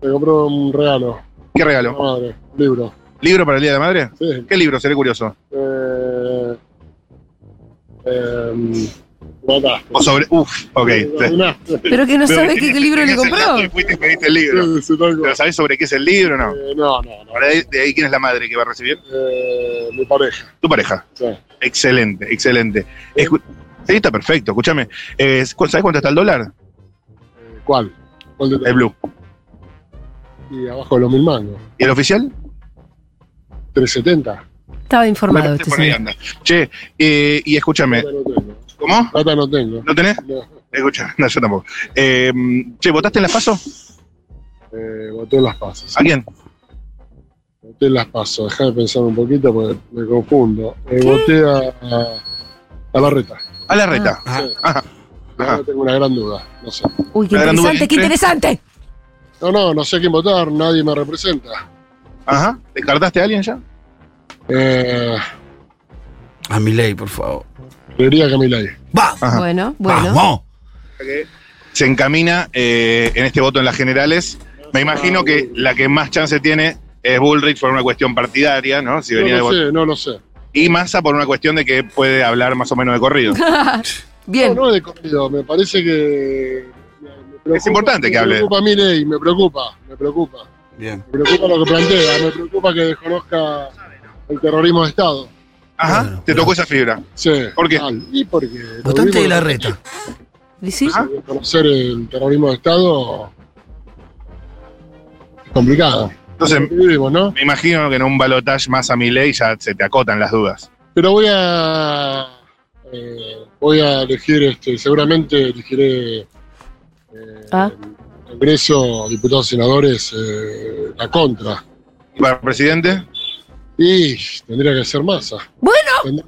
[SPEAKER 9] Me compró un regalo.
[SPEAKER 1] ¿Qué
[SPEAKER 9] La
[SPEAKER 1] regalo?
[SPEAKER 9] madre, un libro.
[SPEAKER 1] ¿Libro para el Día de la Madre?
[SPEAKER 9] Sí.
[SPEAKER 1] ¿Qué libro? Seré curioso.
[SPEAKER 9] Eh, eh, nada.
[SPEAKER 1] O sobre. Uf, ok.
[SPEAKER 9] Una.
[SPEAKER 4] Pero que
[SPEAKER 1] Pero
[SPEAKER 4] no
[SPEAKER 1] este-
[SPEAKER 4] sabe qué
[SPEAKER 1] tenías-
[SPEAKER 4] libro le
[SPEAKER 1] tenías el
[SPEAKER 4] compró.
[SPEAKER 1] dato y fuiste y pediste el libro.
[SPEAKER 9] Sí, sí, tal cual.
[SPEAKER 1] Pero ¿sabés sobre qué es el libro o no?
[SPEAKER 9] Eh, No, no, no.
[SPEAKER 1] Ahora de de ahí quién es la madre que va a recibir.
[SPEAKER 9] Eh, mi pareja.
[SPEAKER 1] Tu pareja.
[SPEAKER 9] Sí.
[SPEAKER 1] Excelente, excelente.
[SPEAKER 9] Eh,
[SPEAKER 1] Escu- sí, está perfecto. Escúchame. Eh, ¿cu- ¿Sabés cuánto está el dólar?
[SPEAKER 9] Eh, ¿Cuál? ¿Cuál de
[SPEAKER 1] El blue.
[SPEAKER 9] Y abajo de los mil mangos.
[SPEAKER 1] ¿Y el oficial?
[SPEAKER 9] 370.
[SPEAKER 4] Estaba informado
[SPEAKER 1] Obviamente
[SPEAKER 4] este
[SPEAKER 1] por ahí
[SPEAKER 4] señor.
[SPEAKER 1] anda. Che, eh, y escúchame.
[SPEAKER 9] Plata no tengo.
[SPEAKER 1] ¿Cómo?
[SPEAKER 9] Plata no tengo.
[SPEAKER 1] ¿No tenés?
[SPEAKER 9] No.
[SPEAKER 1] Escucha, no, yo tampoco. Eh, che, ¿votaste en las PASO?
[SPEAKER 9] Eh, voté en las pasas.
[SPEAKER 1] ¿A quién?
[SPEAKER 9] Voté en las pasos. Dejá de pensar un poquito porque me confundo. Eh, voté a, a, a Barreta.
[SPEAKER 1] A la reta.
[SPEAKER 5] Ah.
[SPEAKER 1] Ajá.
[SPEAKER 9] Ahora
[SPEAKER 1] Ajá.
[SPEAKER 9] tengo una gran duda. No sé.
[SPEAKER 4] Uy, qué
[SPEAKER 1] La gran duda ¿eh?
[SPEAKER 4] interesante, qué
[SPEAKER 1] que entré.
[SPEAKER 4] interesante.
[SPEAKER 9] No, no, no sé a quién votar. Nadie me representa.
[SPEAKER 1] Ajá. ¿Descartaste a alguien ya?
[SPEAKER 9] Eh,
[SPEAKER 5] A Milei, por favor.
[SPEAKER 9] creería que Milay.
[SPEAKER 5] ¡Va!
[SPEAKER 1] Ajá. Ah,
[SPEAKER 4] Bueno, bueno.
[SPEAKER 5] ¡Vamos!
[SPEAKER 1] Se encamina eh, en este voto en las generales Me imagino que la que más chance tiene es Bullrich por una cuestión partidaria, ¿no? Si
[SPEAKER 9] No
[SPEAKER 1] venía de
[SPEAKER 9] lo
[SPEAKER 1] Bot-
[SPEAKER 9] sé, no lo sé.
[SPEAKER 1] Y Massa por una cuestión de que puede hablar más o menos de corrido.
[SPEAKER 4] <laughs> Bien.
[SPEAKER 9] No, no he corrido, me parece que. me- me preocupa-
[SPEAKER 1] importante que hable.
[SPEAKER 9] Me preocupa Milei, me preocupa, me preocupa.
[SPEAKER 5] Bien.
[SPEAKER 9] Me preocupa lo que plantea, me preocupa que desconozca el terrorismo de Estado.
[SPEAKER 1] Ajá,
[SPEAKER 5] Bueno,
[SPEAKER 1] te
[SPEAKER 5] claro.
[SPEAKER 1] tocó esa fibra.
[SPEAKER 9] Sí.
[SPEAKER 1] ¿Por qué?
[SPEAKER 9] mal. Y porque. lo
[SPEAKER 5] Votante
[SPEAKER 9] mismo
[SPEAKER 5] de la
[SPEAKER 9] que-
[SPEAKER 5] reta.
[SPEAKER 4] ¿Sí?
[SPEAKER 9] Conocer el terrorismo de Estado. es complicado.
[SPEAKER 1] Entonces,
[SPEAKER 9] Lo que vivimos, ¿no?
[SPEAKER 1] me imagino que en un balotage más a Milei ya se te acotan las dudas.
[SPEAKER 9] Pero voy a. eh, voy a elegir, este, seguramente elegiré. eh,
[SPEAKER 4] Ah.
[SPEAKER 9] el Congreso, diputados, senadores, eh, la contra.
[SPEAKER 1] ¿Y para presidente?
[SPEAKER 9] Y tendría que ser masa.
[SPEAKER 4] Bueno,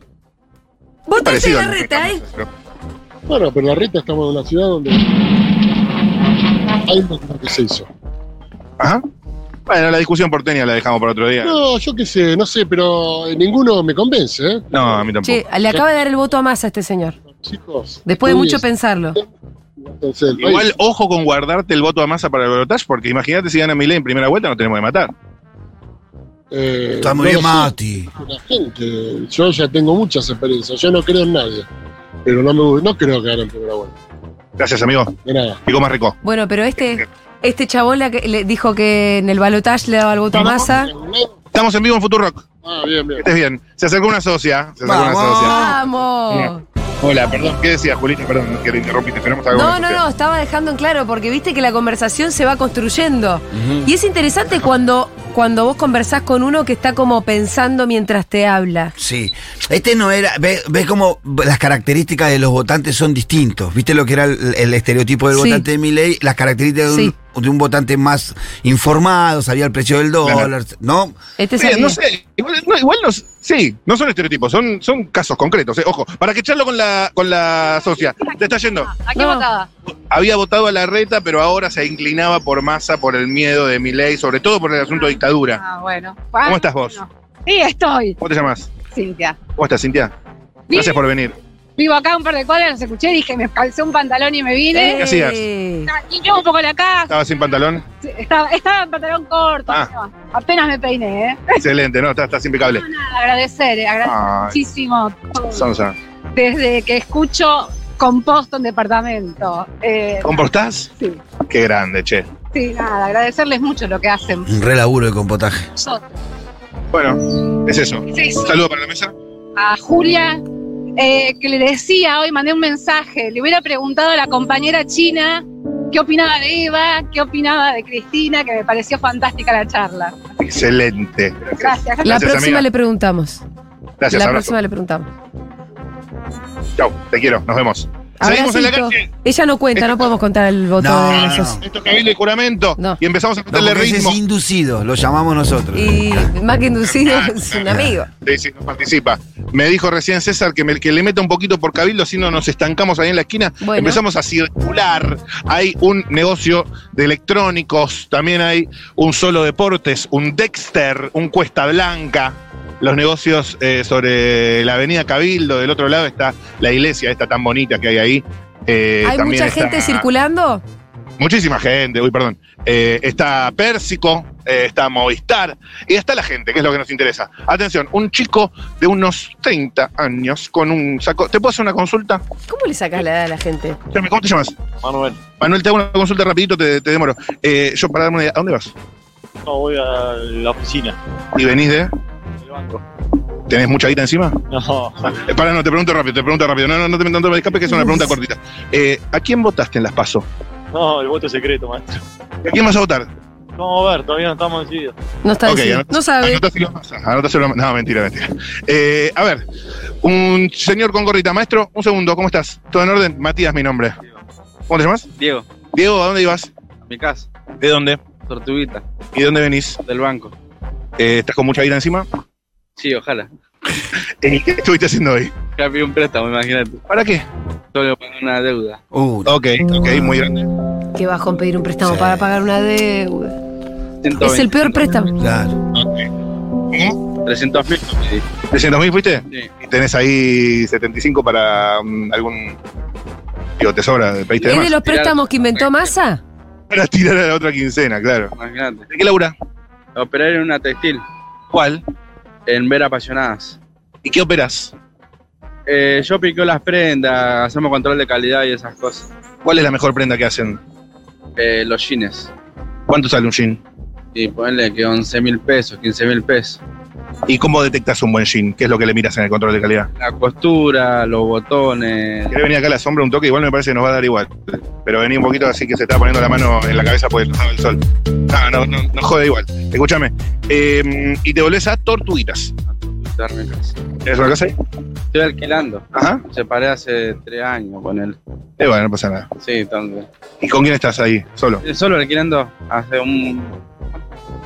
[SPEAKER 4] votaste
[SPEAKER 1] Parecido
[SPEAKER 4] la
[SPEAKER 1] al-
[SPEAKER 4] reta, ¿eh?
[SPEAKER 9] Bueno, pero la reta estamos en una ciudad donde. Hay lo que se hizo.
[SPEAKER 1] Ajá. Bueno, la discusión porteña la dejamos para otro día.
[SPEAKER 9] No, yo qué sé, no sé, pero eh, ninguno me convence, ¿eh?
[SPEAKER 1] No, a mí tampoco.
[SPEAKER 4] Che, le acaba de dar el voto a Massa este señor.
[SPEAKER 9] Chicos.
[SPEAKER 4] Después de
[SPEAKER 9] ustedes,
[SPEAKER 4] mucho pensarlo.
[SPEAKER 9] entonces, el país-
[SPEAKER 1] Igual, ojo con guardarte el voto a masa para el balotaje, porque imagínate si gana Milei en primera vuelta, no tenemos de matar.
[SPEAKER 9] Eh,
[SPEAKER 5] Está muy
[SPEAKER 9] no
[SPEAKER 5] bien,
[SPEAKER 9] lo sé,
[SPEAKER 5] Mati.
[SPEAKER 9] la gente. Yo ya tengo muchas experiencias. Yo no creo en nadie. Pero no, me, no creo que en primera vuelta.
[SPEAKER 1] Gracias, amigo.
[SPEAKER 9] De nada.
[SPEAKER 1] Pico más rico. Eh,
[SPEAKER 4] Bueno, pero este, este chabón la que- le dijo que en el balotaje le daba el voto a Massa.
[SPEAKER 1] Estamos en vivo en Futurock.
[SPEAKER 9] Ah, bien,
[SPEAKER 1] Que
[SPEAKER 9] bien.
[SPEAKER 1] estés bien. Se acercó una socia. Se acercó una
[SPEAKER 5] Vamos.
[SPEAKER 1] socia.
[SPEAKER 4] ¡Vamos!
[SPEAKER 1] Hola, perdón. ¿Qué decías, Julita? Perdón, que te interrumpí. Te esperamos algo.
[SPEAKER 4] No, no, no, estaba dejando en claro porque viste que la conversación se va construyendo. Y es interesante cuando, cuando vos conversás con uno que está como pensando mientras te habla.
[SPEAKER 5] Sí. Este no era. ve- ¿Ves, cómo las características de los votantes son distintos? ¿Viste lo que era el, el estereotipo del
[SPEAKER 4] Sí.
[SPEAKER 5] votante de Milley? Las características de un, de un votante más informado, sabía el precio del dólar, ¿no?
[SPEAKER 4] Este
[SPEAKER 1] Bien,
[SPEAKER 4] es
[SPEAKER 1] no sé, igual no, igual no- sí, no son estereotipos, son, son casos concretos. eh. Ojo, para que charlo con la, con la socia, te está yendo.
[SPEAKER 7] Aquí
[SPEAKER 4] No.
[SPEAKER 7] votada.
[SPEAKER 1] Había votado a la reta, pero ahora se inclinaba por masa, por el miedo de mi ley, sobre todo por el asunto de dictadura.
[SPEAKER 7] Ah, bueno.
[SPEAKER 1] ¿Cómo estás vos?
[SPEAKER 7] No. Sí, estoy,
[SPEAKER 1] ¿Cómo te llamas?
[SPEAKER 7] Cintia.
[SPEAKER 1] ¿Cómo estás, Cintia? Gracias por venir.
[SPEAKER 7] Vivo acá un par de cuadras, los escuché, dije, me calcé un pantalón y me vine.
[SPEAKER 1] Eh, ¿Qué hacías?
[SPEAKER 7] Y yo un poco la casa,
[SPEAKER 1] Estaba sin pantalón.
[SPEAKER 7] estaba, estaba en pantalón corto,
[SPEAKER 1] Ah.
[SPEAKER 7] no, apenas me peiné, ¿eh?
[SPEAKER 1] Excelente, ¿no? Estás, estás impecable.
[SPEAKER 7] Nada, agradecer, eh, agradecer
[SPEAKER 1] Ay,
[SPEAKER 7] muchísimo todo.
[SPEAKER 1] Sonsa.
[SPEAKER 7] desde que escucho composto en departamento. Eh,
[SPEAKER 1] ¿Compostás?
[SPEAKER 7] Sí.
[SPEAKER 1] Qué grande, che.
[SPEAKER 7] sí, nada, agradecerles mucho lo que hacen.
[SPEAKER 5] Un re laburo de compotaje.
[SPEAKER 7] nosotros.
[SPEAKER 1] Bueno, es eso.
[SPEAKER 7] Sí, sí.
[SPEAKER 1] Un saludo para la mesa.
[SPEAKER 7] a Julia, eh, que le decía hoy, mandé un mensaje, le hubiera preguntado a la compañera china qué opinaba de Eva, qué opinaba de Cristina, que me pareció fantástica la charla.
[SPEAKER 1] Excelente. Gracias.
[SPEAKER 7] Gracias.
[SPEAKER 4] La
[SPEAKER 1] Gracias,
[SPEAKER 4] próxima
[SPEAKER 1] amiga.
[SPEAKER 4] le preguntamos.
[SPEAKER 1] Gracias,
[SPEAKER 4] la
[SPEAKER 1] abrazo.
[SPEAKER 4] próxima le preguntamos.
[SPEAKER 1] Chau, te quiero, nos vemos. Seguimos en la
[SPEAKER 4] Abracito.
[SPEAKER 1] calle. Este
[SPEAKER 4] Ella no cuenta, no podemos contar el voto
[SPEAKER 5] No,
[SPEAKER 4] de la
[SPEAKER 5] no,
[SPEAKER 4] socia.
[SPEAKER 1] Esto es cabildo y juramento.
[SPEAKER 4] No.
[SPEAKER 1] Y empezamos a
[SPEAKER 5] No,
[SPEAKER 1] meterle
[SPEAKER 5] porque ese
[SPEAKER 1] ritmo.
[SPEAKER 5] es inducido, lo llamamos nosotros.
[SPEAKER 4] Y más que inducido
[SPEAKER 1] Ah,
[SPEAKER 4] <laughs> es un amigo.
[SPEAKER 1] Sí, sí, no participa. Me dijo recién César que, me- que le meta un poquito por cabildo, si no nos estancamos ahí en la esquina.
[SPEAKER 4] Bueno.
[SPEAKER 1] Empezamos a circular. Hay un negocio de electrónicos, también hay un solo deportes, un Dexter, un Cuesta Blanca. Los negocios eh, sobre la avenida Cabildo, del otro lado está la iglesia esta tan bonita que hay ahí. Eh,
[SPEAKER 4] ¿Hay
[SPEAKER 1] también
[SPEAKER 4] mucha
[SPEAKER 1] está-
[SPEAKER 4] gente circulando?
[SPEAKER 1] Muchísima gente, uy, perdón. Eh, está Pérsico, eh, está Movistar y está la gente, que es lo que nos interesa. Atención, un chico de unos 30 años con un saco. ¿Te puedo hacer una consulta?
[SPEAKER 4] ¿Cómo le sacas la edad a la gente?
[SPEAKER 1] Llame, ¿Cómo te llamas?
[SPEAKER 8] Manuel,
[SPEAKER 1] Manuel, te hago una consulta rapidito, te, te demoro. Eh, yo para darme una idea, ¿a dónde vas?
[SPEAKER 8] no voy a la oficina,
[SPEAKER 1] ¿Y venís de?
[SPEAKER 8] el banco.
[SPEAKER 1] ¿Tenés mucha guita encima?
[SPEAKER 8] No,
[SPEAKER 1] Eh, para, no, te pregunto rápido, te pregunto rápido. No, no, no te no te me escapes, que es una pregunta cortita. Eh, ¿A quién votaste en las PASO?
[SPEAKER 8] no, el voto es secreto, maestro.
[SPEAKER 1] ¿A quién vas a votar?
[SPEAKER 8] Vamos a ver, todavía no estamos decididos.
[SPEAKER 4] No está
[SPEAKER 1] Ok,
[SPEAKER 4] diciendo.
[SPEAKER 1] anot-
[SPEAKER 4] No sabe.
[SPEAKER 1] anotáselo, Massa, anotáselo, Massa. No, mentira, mentira. Eh, a ver, un señor con gorrita, maestro, un segundo, ¿cómo estás? ¿Todo en orden? Matías, mi nombre. ¿Cómo te llamas?
[SPEAKER 8] Diego,
[SPEAKER 1] Diego, ¿a dónde ibas?
[SPEAKER 8] a mi casa,
[SPEAKER 1] ¿De dónde?
[SPEAKER 8] tortuguita,
[SPEAKER 1] ¿Y de dónde venís?
[SPEAKER 8] del banco.
[SPEAKER 1] Eh, ¿Estás con mucha vida encima?
[SPEAKER 8] Sí, ojalá.
[SPEAKER 1] Eh, ¿Qué estuviste haciendo hoy?
[SPEAKER 8] Ya pedí un préstamo, imagínate.
[SPEAKER 1] ¿Para qué?
[SPEAKER 8] Solo para una deuda.
[SPEAKER 5] Uh,
[SPEAKER 1] Ok, ok, muy grande.
[SPEAKER 4] Que bajó en pedir un préstamo
[SPEAKER 5] Sí.
[SPEAKER 4] para pagar una deuda. Es el
[SPEAKER 8] 120,
[SPEAKER 4] peor préstamo.
[SPEAKER 5] claro.
[SPEAKER 1] ¿Cómo?
[SPEAKER 8] 300 mil.
[SPEAKER 1] ¿300.000 fuiste?
[SPEAKER 8] Sí.
[SPEAKER 1] ¿Y tenés ahí 75 para mm, algún... um, Digo, te sobra, pediste de
[SPEAKER 4] ¿Es
[SPEAKER 1] más.
[SPEAKER 4] de los préstamos que inventó Massa?
[SPEAKER 1] para tirar a la otra quincena, claro.
[SPEAKER 8] Imagínate.
[SPEAKER 1] ¿De qué labura?
[SPEAKER 8] Operar en una textil,
[SPEAKER 1] ¿Cuál?
[SPEAKER 8] en Ver Apasionadas.
[SPEAKER 1] ¿Y qué operas?
[SPEAKER 8] Eh, yo piqueo las prendas, hacemos control de calidad y esas cosas.
[SPEAKER 1] ¿Cuál es la mejor prenda que hacen?
[SPEAKER 8] Eh, los jeans.
[SPEAKER 1] ¿Cuánto sale un jean?
[SPEAKER 8] Y ponle que 11 mil pesos, 15 mil pesos.
[SPEAKER 1] ¿Y cómo detectas un buen jean? ¿Qué es lo que le miras en el control de calidad?
[SPEAKER 8] La costura, los botones.
[SPEAKER 1] ¿Querés venir acá a la sombra un toque? Igual me parece que nos va a dar igual. Pero vení un poquito así que se está poniendo la mano en la cabeza por el, el sol. No, no, no, no jode igual. Escúchame. Eh, y te volvés a Tortuguitas.
[SPEAKER 8] darme en casa.
[SPEAKER 1] ¿Tienes una casa ahí?
[SPEAKER 8] Estoy alquilando.
[SPEAKER 1] Ajá.
[SPEAKER 8] Se paré hace tres años con él.
[SPEAKER 1] Eh, bueno, no pasa nada.
[SPEAKER 8] Sí, también.
[SPEAKER 1] ¿Y con quién estás ahí? Solo.
[SPEAKER 8] Solo alquilando hace un.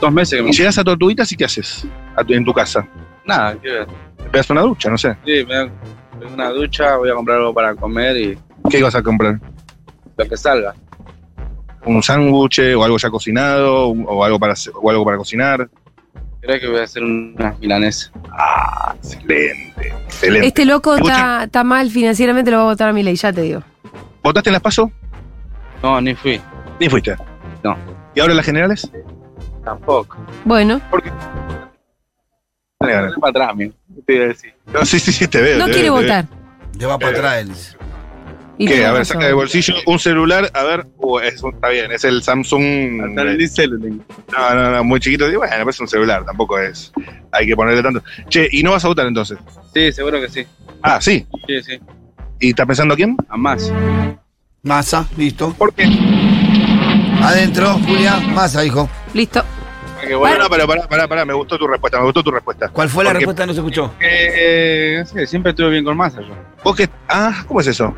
[SPEAKER 8] dos meses que me.
[SPEAKER 1] Y llegás a Tortuguitas y ¿qué haces? A tu- en tu casa.
[SPEAKER 8] Nada, qué ver.
[SPEAKER 1] Te pegas una ducha, no sé.
[SPEAKER 8] Sí, me da- me doy una ducha, voy a comprar algo para comer y
[SPEAKER 1] ¿Qué vas a comprar?
[SPEAKER 8] lo que salga.
[SPEAKER 1] ¿Un sándwich o algo ya cocinado? O algo, para, hacer- o algo para cocinar?
[SPEAKER 8] Creo que voy a hacer unas milanesas.
[SPEAKER 1] Ah, excelente. Excelente.
[SPEAKER 4] Este loco
[SPEAKER 1] Escucha.
[SPEAKER 4] está está mal financieramente, lo va a votar a mi ley, ya te digo.
[SPEAKER 1] ¿Votaste en las PASO?
[SPEAKER 8] No, ni fui.
[SPEAKER 1] Ni fuiste.
[SPEAKER 8] No.
[SPEAKER 1] ¿Y ahora en las generales?
[SPEAKER 8] Tampoco.
[SPEAKER 4] Bueno,
[SPEAKER 1] Dale, dale.
[SPEAKER 8] Dale para atrás, amigo. ¿Qué te iba a decir?
[SPEAKER 1] No, sí, sí, sí, te veo.
[SPEAKER 4] no
[SPEAKER 1] te
[SPEAKER 4] quiere
[SPEAKER 1] veo, te veo.
[SPEAKER 4] votar.
[SPEAKER 5] Le va para atrás, él dice.
[SPEAKER 4] Y
[SPEAKER 1] Eh, ¿Qué?
[SPEAKER 4] tiene
[SPEAKER 1] A ver,
[SPEAKER 4] razón.
[SPEAKER 1] saca del bolsillo un celular. A ver, uh, es un- está bien, es el Samsung.
[SPEAKER 8] Hasta en el Liceo tengo.
[SPEAKER 1] No, no, no, muy chiquito. Y Bueno, pero es un celular, tampoco es. Hay que ponerle tanto. Che, ¿y no vas a votar entonces?
[SPEAKER 8] Sí, seguro que sí.
[SPEAKER 1] Ah, sí.
[SPEAKER 8] Sí, sí.
[SPEAKER 1] ¿Y estás pensando quién?
[SPEAKER 8] A más.
[SPEAKER 5] Masa, listo.
[SPEAKER 1] ¿Por qué?
[SPEAKER 5] Adentro, Julián, masa, hijo.
[SPEAKER 4] Listo.
[SPEAKER 8] Que
[SPEAKER 1] Bueno,
[SPEAKER 8] bueno.
[SPEAKER 1] no, pero pará, pará, pará, me gustó tu respuesta, me gustó tu respuesta.
[SPEAKER 5] ¿Cuál fue la
[SPEAKER 1] Porque-
[SPEAKER 5] respuesta? No se escuchó.
[SPEAKER 8] Eh, sí, siempre estuve bien con masa yo.
[SPEAKER 1] ¿Vos qué? Ah, ¿cómo es eso?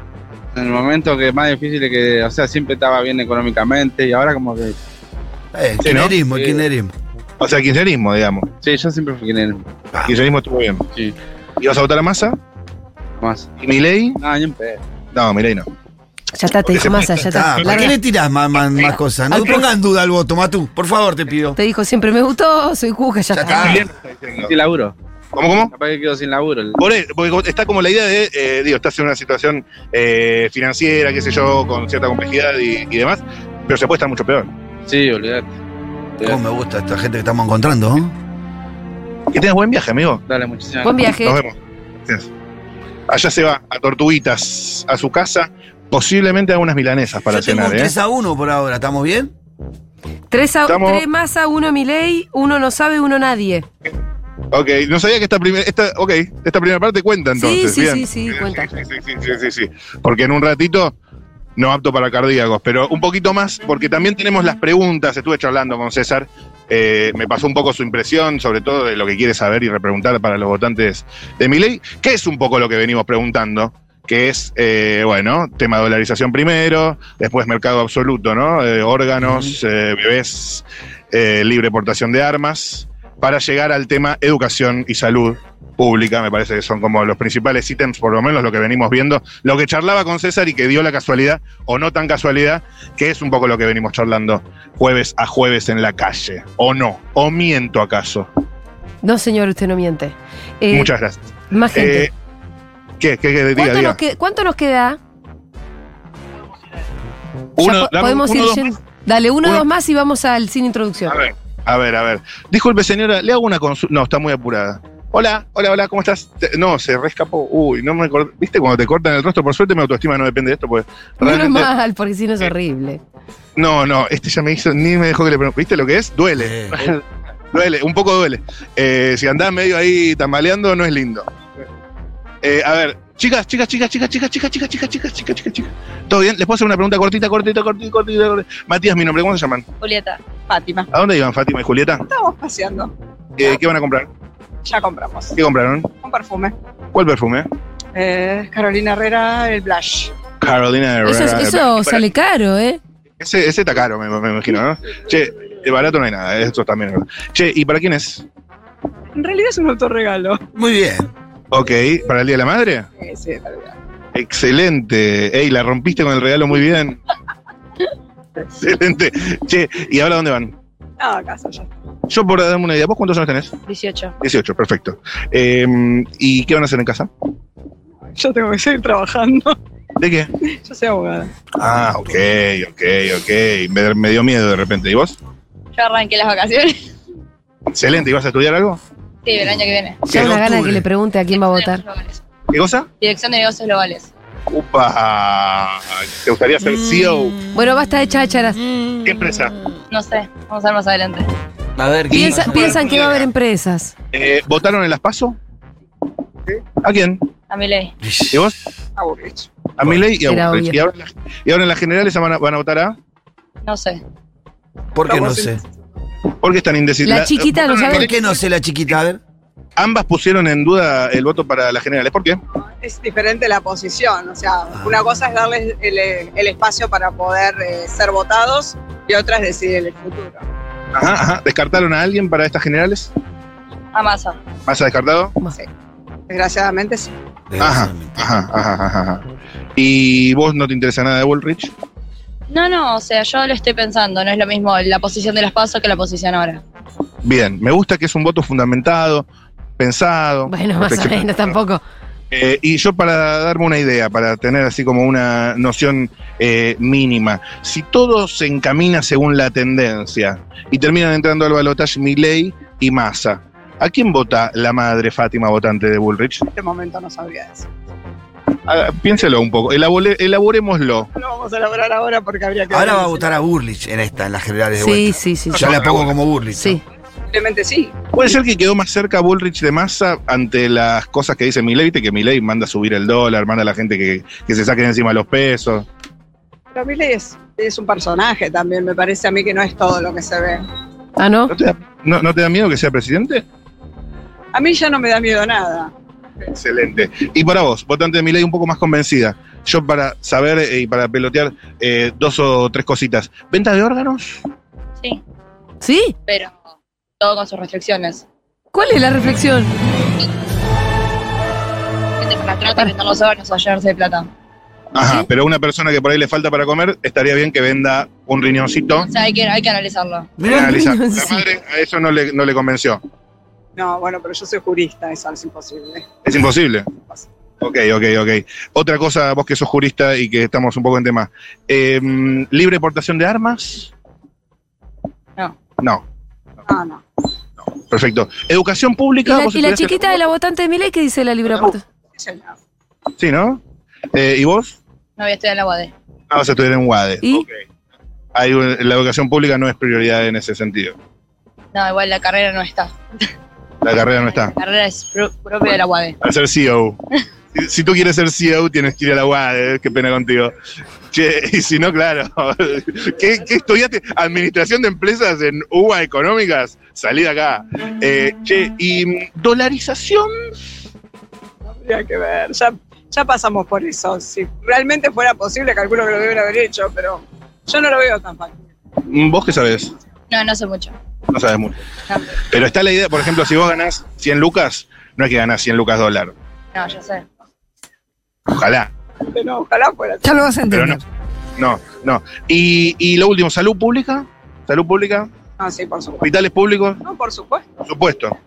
[SPEAKER 8] En el momento que más difícil es que, o sea, siempre estaba bien económicamente y ahora como que,
[SPEAKER 5] Eh,
[SPEAKER 1] Sí, ¿no?
[SPEAKER 5] kirchnerismo,
[SPEAKER 8] Sí.
[SPEAKER 5] kirchnerismo.
[SPEAKER 1] O sea, kirchnerismo, digamos.
[SPEAKER 8] sí, yo siempre fui quien era
[SPEAKER 5] Ah.
[SPEAKER 1] Kirchnerismo estuvo bien.
[SPEAKER 8] Sí.
[SPEAKER 1] ¿Y vas a votar a Massa?
[SPEAKER 8] más.
[SPEAKER 1] ¿Y Milei?
[SPEAKER 8] No, ni un pedo.
[SPEAKER 1] No, Milei no.
[SPEAKER 4] Ya está, te
[SPEAKER 1] Porque
[SPEAKER 4] dijo
[SPEAKER 1] se
[SPEAKER 4] masa,
[SPEAKER 5] Está,
[SPEAKER 4] ya está.
[SPEAKER 5] ¿Para
[SPEAKER 4] Larga.
[SPEAKER 5] Ah, qué le tirás más, más- más cosas? No
[SPEAKER 4] Al-
[SPEAKER 5] pongan en duda el voto, Matú. Por favor, te pido.
[SPEAKER 4] Te dijo siempre me gustó, soy cuca, ya
[SPEAKER 5] Ya
[SPEAKER 4] está.
[SPEAKER 5] está.
[SPEAKER 1] Milei no está diciendo.
[SPEAKER 8] Sin laburo.
[SPEAKER 1] ¿Cómo, cómo?
[SPEAKER 8] Capaz que quedo sin laburo.
[SPEAKER 1] Por e- porque está como la idea de, eh, digo, estás en una situación eh, financiera, qué sé yo, con cierta complejidad y, y demás, pero se puede estar mucho peor.
[SPEAKER 8] Sí, olvidate.
[SPEAKER 5] Cómo me gusta esta gente que estamos encontrando, ¿eh?
[SPEAKER 1] Que tengas buen viaje, amigo.
[SPEAKER 8] Dale, muchísimas
[SPEAKER 4] Buen
[SPEAKER 1] Nos
[SPEAKER 4] viaje.
[SPEAKER 1] vemos. Gracias. Allá se va a Tortuguitas, a su casa, posiblemente a unas milanesas para
[SPEAKER 5] Yo tengo
[SPEAKER 1] cenar,
[SPEAKER 5] un
[SPEAKER 1] ¿eh?
[SPEAKER 5] 3 a 1 por ahora, ¿estamos bien?
[SPEAKER 4] Tres, a,
[SPEAKER 1] Estamos-
[SPEAKER 4] tres masa, uno mi ley, uno no sabe, uno nadie.
[SPEAKER 1] Ok, no sabía que esta primera, esta, ok, esta primera parte cuenta entonces.
[SPEAKER 4] sí,
[SPEAKER 1] bien.
[SPEAKER 4] sí, sí, cuenta.
[SPEAKER 1] Sí, sí, sí, sí, sí, sí. Porque en un ratito, no apto para cardíacos, pero un poquito más, porque también tenemos las preguntas, estuve charlando con César, eh, me pasó un poco su impresión, sobre todo de lo que quiere saber y repreguntar para los votantes de mi ley, que es un poco lo que venimos preguntando, que es, eh, bueno, tema dolarización primero, después mercado absoluto, ¿no? Eh, órganos, eh, bebés, eh, libre portación de armas, para llegar al tema educación y salud pública, me parece que son como los principales ítems, por lo menos lo que venimos viendo, lo que charlaba con César y que dio la casualidad, o no tan casualidad, que es un poco lo que venimos charlando jueves a jueves en la calle, o no, o miento acaso.
[SPEAKER 4] No, señor, usted no miente. Eh,
[SPEAKER 1] Muchas gracias.
[SPEAKER 4] Más gente.
[SPEAKER 1] Eh, ¿Qué? ¿Qué? qué? diga,
[SPEAKER 4] ¿Cuánto,
[SPEAKER 1] diga.
[SPEAKER 4] Nos que- cuánto nos queda?
[SPEAKER 1] Uno,
[SPEAKER 4] Ya po-
[SPEAKER 1] dame
[SPEAKER 4] podemos
[SPEAKER 1] uno,
[SPEAKER 4] ir
[SPEAKER 1] dos
[SPEAKER 4] yendo-
[SPEAKER 1] más.
[SPEAKER 4] Dale, uno,
[SPEAKER 1] Uno-
[SPEAKER 4] dos más y vamos al sin introducción.
[SPEAKER 1] A ver, a ver, a ver. Disculpe, señora, le hago una consulta. No, está muy apurada. Hola, hola, hola, ¿cómo estás? Te- No, se rescapó. Uy, no me acordé. ¿Viste cuando te cortan el rostro? Por suerte mi autoestima no depende de esto, pues
[SPEAKER 4] Menos
[SPEAKER 1] realmente.
[SPEAKER 4] mal, porque si no es horrible.
[SPEAKER 1] No, no, este ya me hizo, ni me dejó que le pregunte. ¿Viste lo que es? Duele.
[SPEAKER 5] Eh,
[SPEAKER 1] <laughs> Duele, un poco duele. Eh, si andás medio ahí tambaleando, no es lindo. Eh, a ver, chicas, chicas, chicas, chicas, chicas, chicas, chicas, chicas, chicas, chicas, chicas, chicas. ¿Todo bien? ¿Les puedo hacer una pregunta cortita, cortita, cortita, cortita? cortita? Matías, mi nombre, ¿cómo se llaman?
[SPEAKER 10] Julieta, Fátima.
[SPEAKER 1] ¿A dónde iban Fátima y Julieta?
[SPEAKER 10] Estamos paseando.
[SPEAKER 4] Ah.
[SPEAKER 1] Eh, ¿Qué van a comprar?
[SPEAKER 10] Ya compramos.
[SPEAKER 1] ¿Qué compraron?
[SPEAKER 10] Un perfume.
[SPEAKER 1] ¿Cuál perfume?
[SPEAKER 10] Eh, Carolina Herrera, el blush.
[SPEAKER 1] Carolina
[SPEAKER 4] Eso,
[SPEAKER 1] Herrera.
[SPEAKER 4] eso
[SPEAKER 1] Bueno,
[SPEAKER 4] sale caro, ¿eh?
[SPEAKER 1] Ese, ese está caro, me, me imagino, ¿no? Che, de barato no hay nada, esto también es verdad. Che, ¿y para quién es?
[SPEAKER 10] En realidad es un autorregalo.
[SPEAKER 5] Muy bien.
[SPEAKER 1] Ok, ¿para el Día de la Madre?
[SPEAKER 10] Eh, sí, en realidad.
[SPEAKER 1] Excelente. Ey, la rompiste con el regalo muy bien. Excelente. Che, ¿y ahora dónde van?
[SPEAKER 10] No, a casa ya. Ah, está.
[SPEAKER 1] Yo por darme una idea, ¿vos cuántos años tenés?
[SPEAKER 10] 18.
[SPEAKER 1] 18, perfecto. Eh, ¿Y qué van a hacer en casa?
[SPEAKER 10] Yo tengo que seguir trabajando.
[SPEAKER 1] ¿De qué?
[SPEAKER 10] Yo soy abogada.
[SPEAKER 1] Ah, ok, ok, ok. Me, me dio miedo de repente. ¿Y vos?
[SPEAKER 11] Yo arranqué las vacaciones. Sí,
[SPEAKER 1] Excelente. ¿Ibas a estudiar algo?
[SPEAKER 11] el año que viene.
[SPEAKER 4] Tengo una gana de que le pregunte a quién va a votar.
[SPEAKER 1] ¿Qué cosa?
[SPEAKER 11] Dirección de negocios globales.
[SPEAKER 1] Upa. ¿Te gustaría
[SPEAKER 4] Mm.
[SPEAKER 1] ser CEO?
[SPEAKER 4] Bueno, basta de chácharas.
[SPEAKER 1] ¿Qué empresa?
[SPEAKER 11] Mm, No sé, vamos a ver más adelante.
[SPEAKER 1] A ver,
[SPEAKER 4] Piensa- piensan que va a haber empresas.
[SPEAKER 1] Eh, ¿Votaron en las PASO? ¿A quién?
[SPEAKER 11] A mi ley.
[SPEAKER 1] ¿Y vos?
[SPEAKER 10] A Burrich.
[SPEAKER 1] A Milei y a
[SPEAKER 11] Era
[SPEAKER 1] Bullrich.
[SPEAKER 11] obvio.
[SPEAKER 1] Y ahora, en las- y ahora en las generales van a, van a votar a.
[SPEAKER 11] No sé.
[SPEAKER 5] ¿Por qué
[SPEAKER 1] No,
[SPEAKER 5] no
[SPEAKER 1] vos
[SPEAKER 5] sé?
[SPEAKER 1] ¿Por qué están indecisos?
[SPEAKER 5] ¿Por qué no sé la chiquita? A ver.
[SPEAKER 1] Ambas pusieron en duda el voto para las generales. ¿Por qué?
[SPEAKER 10] Es diferente la posición, o sea,
[SPEAKER 5] Ah.
[SPEAKER 10] una cosa es darles el, el espacio para poder eh, ser votados y otra es decidir el futuro.
[SPEAKER 1] Ajá, ajá. ¿Descartaron a alguien para estas generales?
[SPEAKER 11] A masa.
[SPEAKER 1] ¿Más ha descartado?
[SPEAKER 10] Desgraciadamente sí.
[SPEAKER 1] Ajá, ajá, ajá, ajá, ajá. ¿Y vos no te interesa nada de Bullrich?
[SPEAKER 11] No, no, o sea, yo lo estoy pensando, no es lo mismo la posición de las pasos que la posición ahora.
[SPEAKER 1] Bien, me gusta que es un voto fundamentado, pensado.
[SPEAKER 4] Bueno, más o
[SPEAKER 1] reflexionado.
[SPEAKER 4] menos tampoco.
[SPEAKER 1] Eh, y yo para darme una idea, para tener así como una noción eh, mínima, si todo se encamina según la tendencia y terminan entrando al balotaje Milei y Massa, ¿a quién vota la madre Fátima votante de Bullrich?
[SPEAKER 10] En este momento no sabría decir.
[SPEAKER 1] Ah, piénselo un poco, elabore- elaborémoslo.
[SPEAKER 10] No vamos a elaborar ahora porque habría que.
[SPEAKER 5] Ahora va a votar a Burlich en esta, en las generales de
[SPEAKER 1] Sí,
[SPEAKER 5] vuelta.
[SPEAKER 4] sí, sí.
[SPEAKER 5] Yo la pongo como Burlich.
[SPEAKER 4] Sí.
[SPEAKER 10] Simplemente sí.
[SPEAKER 1] Puede ser que quedó más cerca Bullrich de Massa ante las cosas que dice Milei, viste que Milei manda a subir el dólar, manda a la gente que, que se saquen encima los pesos.
[SPEAKER 10] Pero Milei es, es un personaje también, me parece a mí que no es todo lo que se ve.
[SPEAKER 4] Ah, ¿no?
[SPEAKER 1] ¿No te da, no- no te da miedo que sea presidente?
[SPEAKER 10] A mí ya no me da miedo nada.
[SPEAKER 1] Excelente. Y para vos, votante de mi ley un poco más convencida. Yo para saber eh, y para pelotear eh, dos o tres cositas. ¿Venta de órganos?
[SPEAKER 11] Sí.
[SPEAKER 4] ¿Sí?
[SPEAKER 11] Pero todo con sus restricciones.
[SPEAKER 4] ¿Cuál es la reflexión?
[SPEAKER 11] Gente con la trata que están los órganos a llenarse de plata.
[SPEAKER 1] Ajá, pero una persona que por ahí le falta para comer, estaría bien que venda un riñoncito.
[SPEAKER 11] O sea, hay que, hay que analizarlo.
[SPEAKER 1] Analizar. La madre a eso no le, no le convenció.
[SPEAKER 10] No, bueno, pero yo soy jurista, eso es imposible.
[SPEAKER 1] Es imposible. Ok, ok, ok. Otra cosa, vos que sos jurista y que estamos un poco en tema. Eh, ¿Libre portación de armas?
[SPEAKER 11] No.
[SPEAKER 1] No.
[SPEAKER 10] Ah, no.
[SPEAKER 1] Perfecto. ¿Educación
[SPEAKER 4] ¿Y
[SPEAKER 1] pública?
[SPEAKER 4] la,
[SPEAKER 1] ¿Vos
[SPEAKER 4] y la
[SPEAKER 1] estudiaste-
[SPEAKER 4] chiquita de la votante de Milei que dice la libre
[SPEAKER 1] Eh,
[SPEAKER 4] aportación?
[SPEAKER 1] Sí, ¿no? Eh, ¿Y vos?
[SPEAKER 11] No voy a estudiar en la UAD.
[SPEAKER 1] Ah, vas a estudiar en UADE.
[SPEAKER 4] ¿Y?
[SPEAKER 1] Ok. Hay un- la educación pública no es prioridad en ese sentido.
[SPEAKER 11] No, igual la carrera no está.
[SPEAKER 1] La carrera no está.
[SPEAKER 11] La carrera es pro- propia de la UAD.
[SPEAKER 1] Para ser CEO. Si, si tú quieres ser CEO, tienes que ir a la UADE. Qué pena contigo. Che, <laughs> y si no, claro. ¿Qué, qué estudiaste? Administración de empresas en UBA Económicas. Salí de acá. Eh, che, y mm, dolarización.
[SPEAKER 10] Habría que ver, ya, ya pasamos por eso. Si realmente fuera posible, calculo que lo deben haber hecho, pero yo no lo veo tan fácil.
[SPEAKER 1] Mm, ¿Vos qué sabés?
[SPEAKER 11] No, no sé mucho.
[SPEAKER 1] No sabes mucho. Pero está la idea, por ejemplo, si vos ganás 100 lucas, no es que ganás 100 lucas dólar.
[SPEAKER 11] No, yo sé.
[SPEAKER 1] Ojalá.
[SPEAKER 10] Pero ojalá fuera.
[SPEAKER 4] Ya lo vas a
[SPEAKER 1] Pero no. No, no. Y, y lo último, salud pública. Salud pública.
[SPEAKER 10] Ah, sí, por supuesto.
[SPEAKER 1] Hospitales públicos,
[SPEAKER 10] No, por supuesto.
[SPEAKER 1] por supuesto.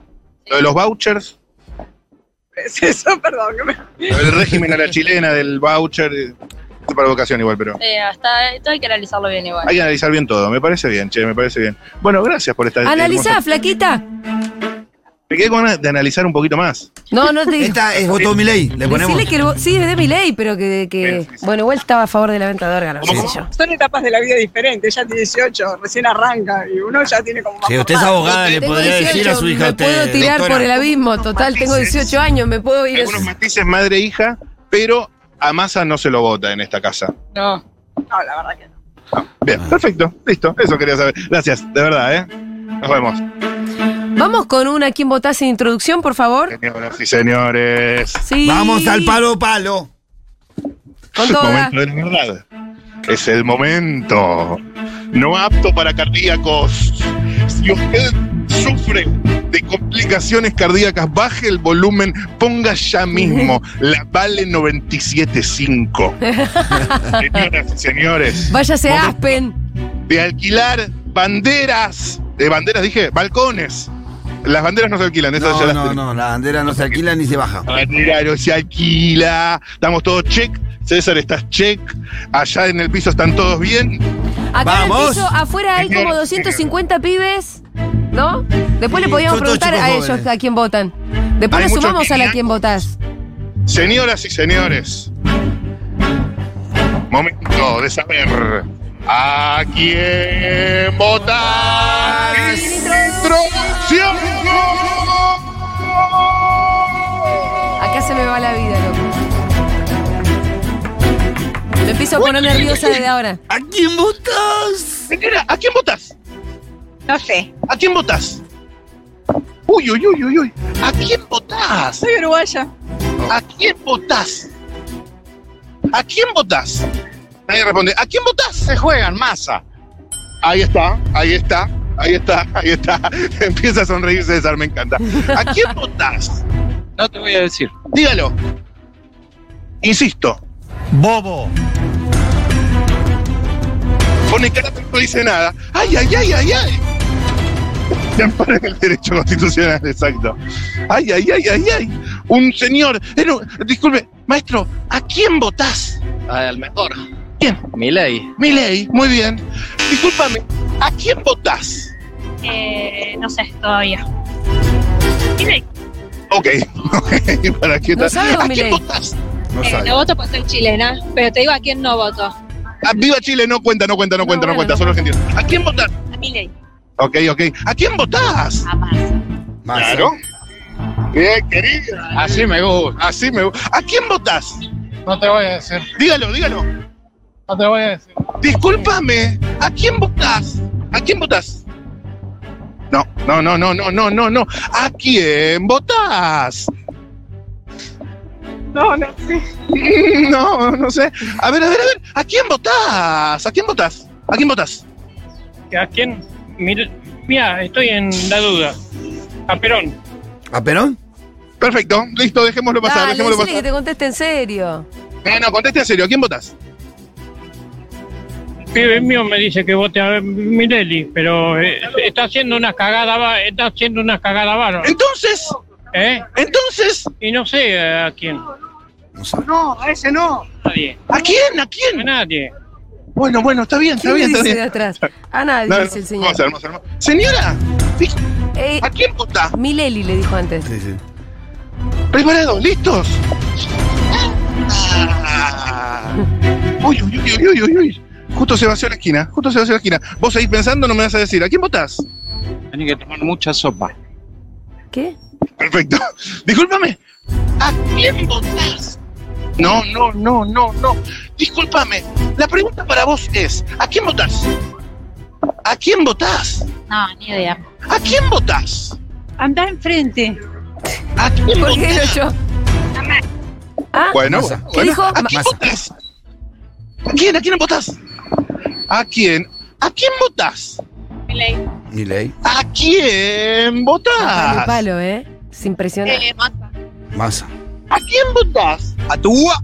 [SPEAKER 1] Lo de los vouchers,
[SPEAKER 10] Es eso, <laughs> perdón. que me-
[SPEAKER 1] lo del régimen a la chilena, del voucher. eh, esto para vocación igual, pero.
[SPEAKER 11] Sí, hasta esto hay que analizarlo bien igual.
[SPEAKER 1] Hay que analizar bien todo. Me parece bien, che, me parece bien. Bueno, gracias por estar.
[SPEAKER 4] Analizá,
[SPEAKER 1] hermosa-
[SPEAKER 4] flaquita.
[SPEAKER 1] Me quedé con ganas de analizar un poquito más.
[SPEAKER 4] No, no te
[SPEAKER 5] Esta es voto Milei, le ponemos.
[SPEAKER 4] Decirle que el vo- sí, es de Milei, pero que, que- bueno, igual estaba a favor de la venta de órganos, qué sé yo.
[SPEAKER 10] Son etapas de la vida diferentes. Ella tiene 18, recién arranca y uno ya tiene como más.
[SPEAKER 5] Si usted es
[SPEAKER 10] formado.
[SPEAKER 5] abogada, le
[SPEAKER 4] Este, Tengo
[SPEAKER 5] podría decir a
[SPEAKER 4] 18,
[SPEAKER 5] su hija
[SPEAKER 4] me
[SPEAKER 5] usted.
[SPEAKER 1] Eh,
[SPEAKER 4] puedo tirar
[SPEAKER 5] doctora.
[SPEAKER 4] por el abismo, total, tengo 18 años, me puedo ir.
[SPEAKER 1] Algunos matices madre-hija, pero a Massa no se lo vota en esta casa.
[SPEAKER 11] No.
[SPEAKER 10] No, la verdad que no.
[SPEAKER 1] Bien,
[SPEAKER 5] Ah.
[SPEAKER 1] perfecto, listo. Eso quería saber. Gracias, de verdad, ¿eh? Nos vemos.
[SPEAKER 4] Vamos con una quien votás sin introducción, por
[SPEAKER 6] <laughs>
[SPEAKER 4] favor.
[SPEAKER 1] Señoras y señores.
[SPEAKER 4] Sí.
[SPEAKER 5] Vamos al palo palo.
[SPEAKER 4] Con
[SPEAKER 1] Es el
[SPEAKER 4] toda.
[SPEAKER 1] momento de la verdad. Es el momento. No apto para cardíacos. Si usted sufre de complicaciones cardíacas, baje el volumen, ponga ya mismo la Vale 975. Señoras y señores,
[SPEAKER 4] Váyase a Aspen.
[SPEAKER 1] de alquilar banderas, de banderas dije, balcones. Las banderas no se alquilan, esas ya
[SPEAKER 5] No,
[SPEAKER 1] las
[SPEAKER 5] no, no, la bandera no se alquila ni se baja.
[SPEAKER 1] Bandera no se alquila. Estamos todos check
[SPEAKER 6] César, estás check. Allá en el piso están todos bien.
[SPEAKER 4] Acá en el piso, afuera hay como 250 pibes, ¿no? Después
[SPEAKER 6] Sí,
[SPEAKER 4] le podíamos
[SPEAKER 6] son todos
[SPEAKER 4] preguntar
[SPEAKER 6] chicos
[SPEAKER 4] a
[SPEAKER 6] jóvenes.
[SPEAKER 4] ellos a quién votan. Después
[SPEAKER 6] Hay
[SPEAKER 4] le
[SPEAKER 6] muchos
[SPEAKER 4] sumamos a la
[SPEAKER 6] niños.
[SPEAKER 4] quién votás.
[SPEAKER 6] Señoras y señores, momento de saber a quién votar. Introducción.
[SPEAKER 4] Acá se me va la vida, loco. Me empiezo a poner nerviosa desde ahora.
[SPEAKER 5] ¿A quién votás?
[SPEAKER 6] Señora, ¿a quién votás?
[SPEAKER 12] No sé.
[SPEAKER 6] ¿A quién votás? Uy, uy, uy, uy, uy. ¿A quién votás?
[SPEAKER 12] Soy uruguaya.
[SPEAKER 6] ¿A quién votás? ¿A quién votás? Nadie responde. ¿A quién votás? Se juegan, masa. Ahí está, ahí está, ahí está, ahí está. <laughs> Empieza a sonreír César, me encanta. ¿A quién votás? No te voy a decir. Dígalo. Insisto. Bobo. Pone cara pero no dice nada. ¡Ay, ay, ay, ay, ay! Se ampara en el derecho constitucional, exacto. ¡Ay, ay, ay, ay, ay! Un señor. eh, no, disculpe, maestro, ¿a quién votás?
[SPEAKER 2] Al mejor.
[SPEAKER 1] <laughs>
[SPEAKER 6] ¿Quién?
[SPEAKER 2] Milei.
[SPEAKER 6] Milei, muy bien. Discúlpame, ¿a quién votás?
[SPEAKER 10] Eh, no sé, todavía.
[SPEAKER 6] Ok, <laughs> ok, ¿para qué
[SPEAKER 10] No
[SPEAKER 6] tal?
[SPEAKER 10] sabe,
[SPEAKER 6] ¿A quién
[SPEAKER 10] Milei.
[SPEAKER 6] votás? No
[SPEAKER 13] Eh,
[SPEAKER 6] sabe.
[SPEAKER 13] no voto por ser chilena, pero te digo a quién no voto.
[SPEAKER 6] Ah, Viva Chile, no cuenta, no cuenta, no cuenta, no cuenta, solo Argentina. ¿A quién votás?
[SPEAKER 13] A mi ley.
[SPEAKER 6] Ok, ok. ¿A quién votás?
[SPEAKER 10] A
[SPEAKER 6] Claro. Bien, querida. Así me gusta. Así Ah, me gusta. ¿A quién votás? No te voy a decir. Dígalo, dígalo. No te voy a decir. Discúlpame, ¿a quién votás? ¿A quién votás? No, no, no, no, no, no, no, no. ¿A quién votás?
[SPEAKER 12] No, no sé.
[SPEAKER 6] <laughs> No, no sé. A ver, a ver, a ver. ¿A quién votás? ¿A quién votás? ¿A quién votás?
[SPEAKER 14] ¿A quién? Mira, estoy en la duda. A Perón.
[SPEAKER 5] ¿A Perón?
[SPEAKER 6] Perfecto, listo, dejémoslo pasar,
[SPEAKER 4] Dale,
[SPEAKER 6] dejémoslo
[SPEAKER 4] decile que
[SPEAKER 6] pasar.
[SPEAKER 4] te conteste en serio.
[SPEAKER 6] No, no, conteste en serio, ¿a quién votás?
[SPEAKER 14] El pibe mío me dice que vote a Mileli, pero eh, está haciendo una cagada, va- está haciendo una cagada bárbara.
[SPEAKER 6] Entonces,
[SPEAKER 14] ¿eh?
[SPEAKER 6] Entonces,
[SPEAKER 14] y no sé a quién.
[SPEAKER 6] No, a ese no.
[SPEAKER 14] Nadie.
[SPEAKER 6] ¿A quién? ¿A quién?
[SPEAKER 14] A nadie.
[SPEAKER 6] Bueno, bueno, está bien, está
[SPEAKER 4] ¿Quién
[SPEAKER 6] bien,
[SPEAKER 4] dice
[SPEAKER 6] está
[SPEAKER 4] de
[SPEAKER 6] bien.
[SPEAKER 4] atrás? A nadie,
[SPEAKER 6] No, no,
[SPEAKER 4] dice el señor.
[SPEAKER 6] hermosa, hermosa, hermosa. Señora,
[SPEAKER 4] ¿a
[SPEAKER 6] quién vota?
[SPEAKER 4] Mileli le dijo antes.
[SPEAKER 5] Sí, sí.
[SPEAKER 6] ¿Preparados? ¿Listos? Ah. Uy, uy, uy, uy, uy, uy, uy. Justo se vació la esquina, justo se vació la esquina. Vos ahí pensando, no me vas a decir, ¿a quién votás?
[SPEAKER 2] Tenés que tomar mucha sopa.
[SPEAKER 4] ¿Qué?
[SPEAKER 6] Perfecto. Discúlpame. ¿A quién votás? No, no, no, no, no. Discúlpame. La pregunta para vos es, ¿a quién votás? ¿A quién votás?
[SPEAKER 10] No, ni idea.
[SPEAKER 6] ¿A quién votás?
[SPEAKER 10] Andá enfrente.
[SPEAKER 6] ¿A quién
[SPEAKER 4] ¿Por qué yo? Ah,
[SPEAKER 6] Bueno,
[SPEAKER 4] ¿Qué
[SPEAKER 6] bueno.
[SPEAKER 4] dijo?
[SPEAKER 6] ¿A quién votás? ¿A quién? ¿A quién votás? ¿A quién? ¿A quién votás?
[SPEAKER 5] Ni ley.
[SPEAKER 6] ¿A quién
[SPEAKER 4] Palo y
[SPEAKER 6] votás?
[SPEAKER 4] palo, ¿eh? Es impresionante.
[SPEAKER 5] Masa.
[SPEAKER 6] ¿A quién votás? A tu ua.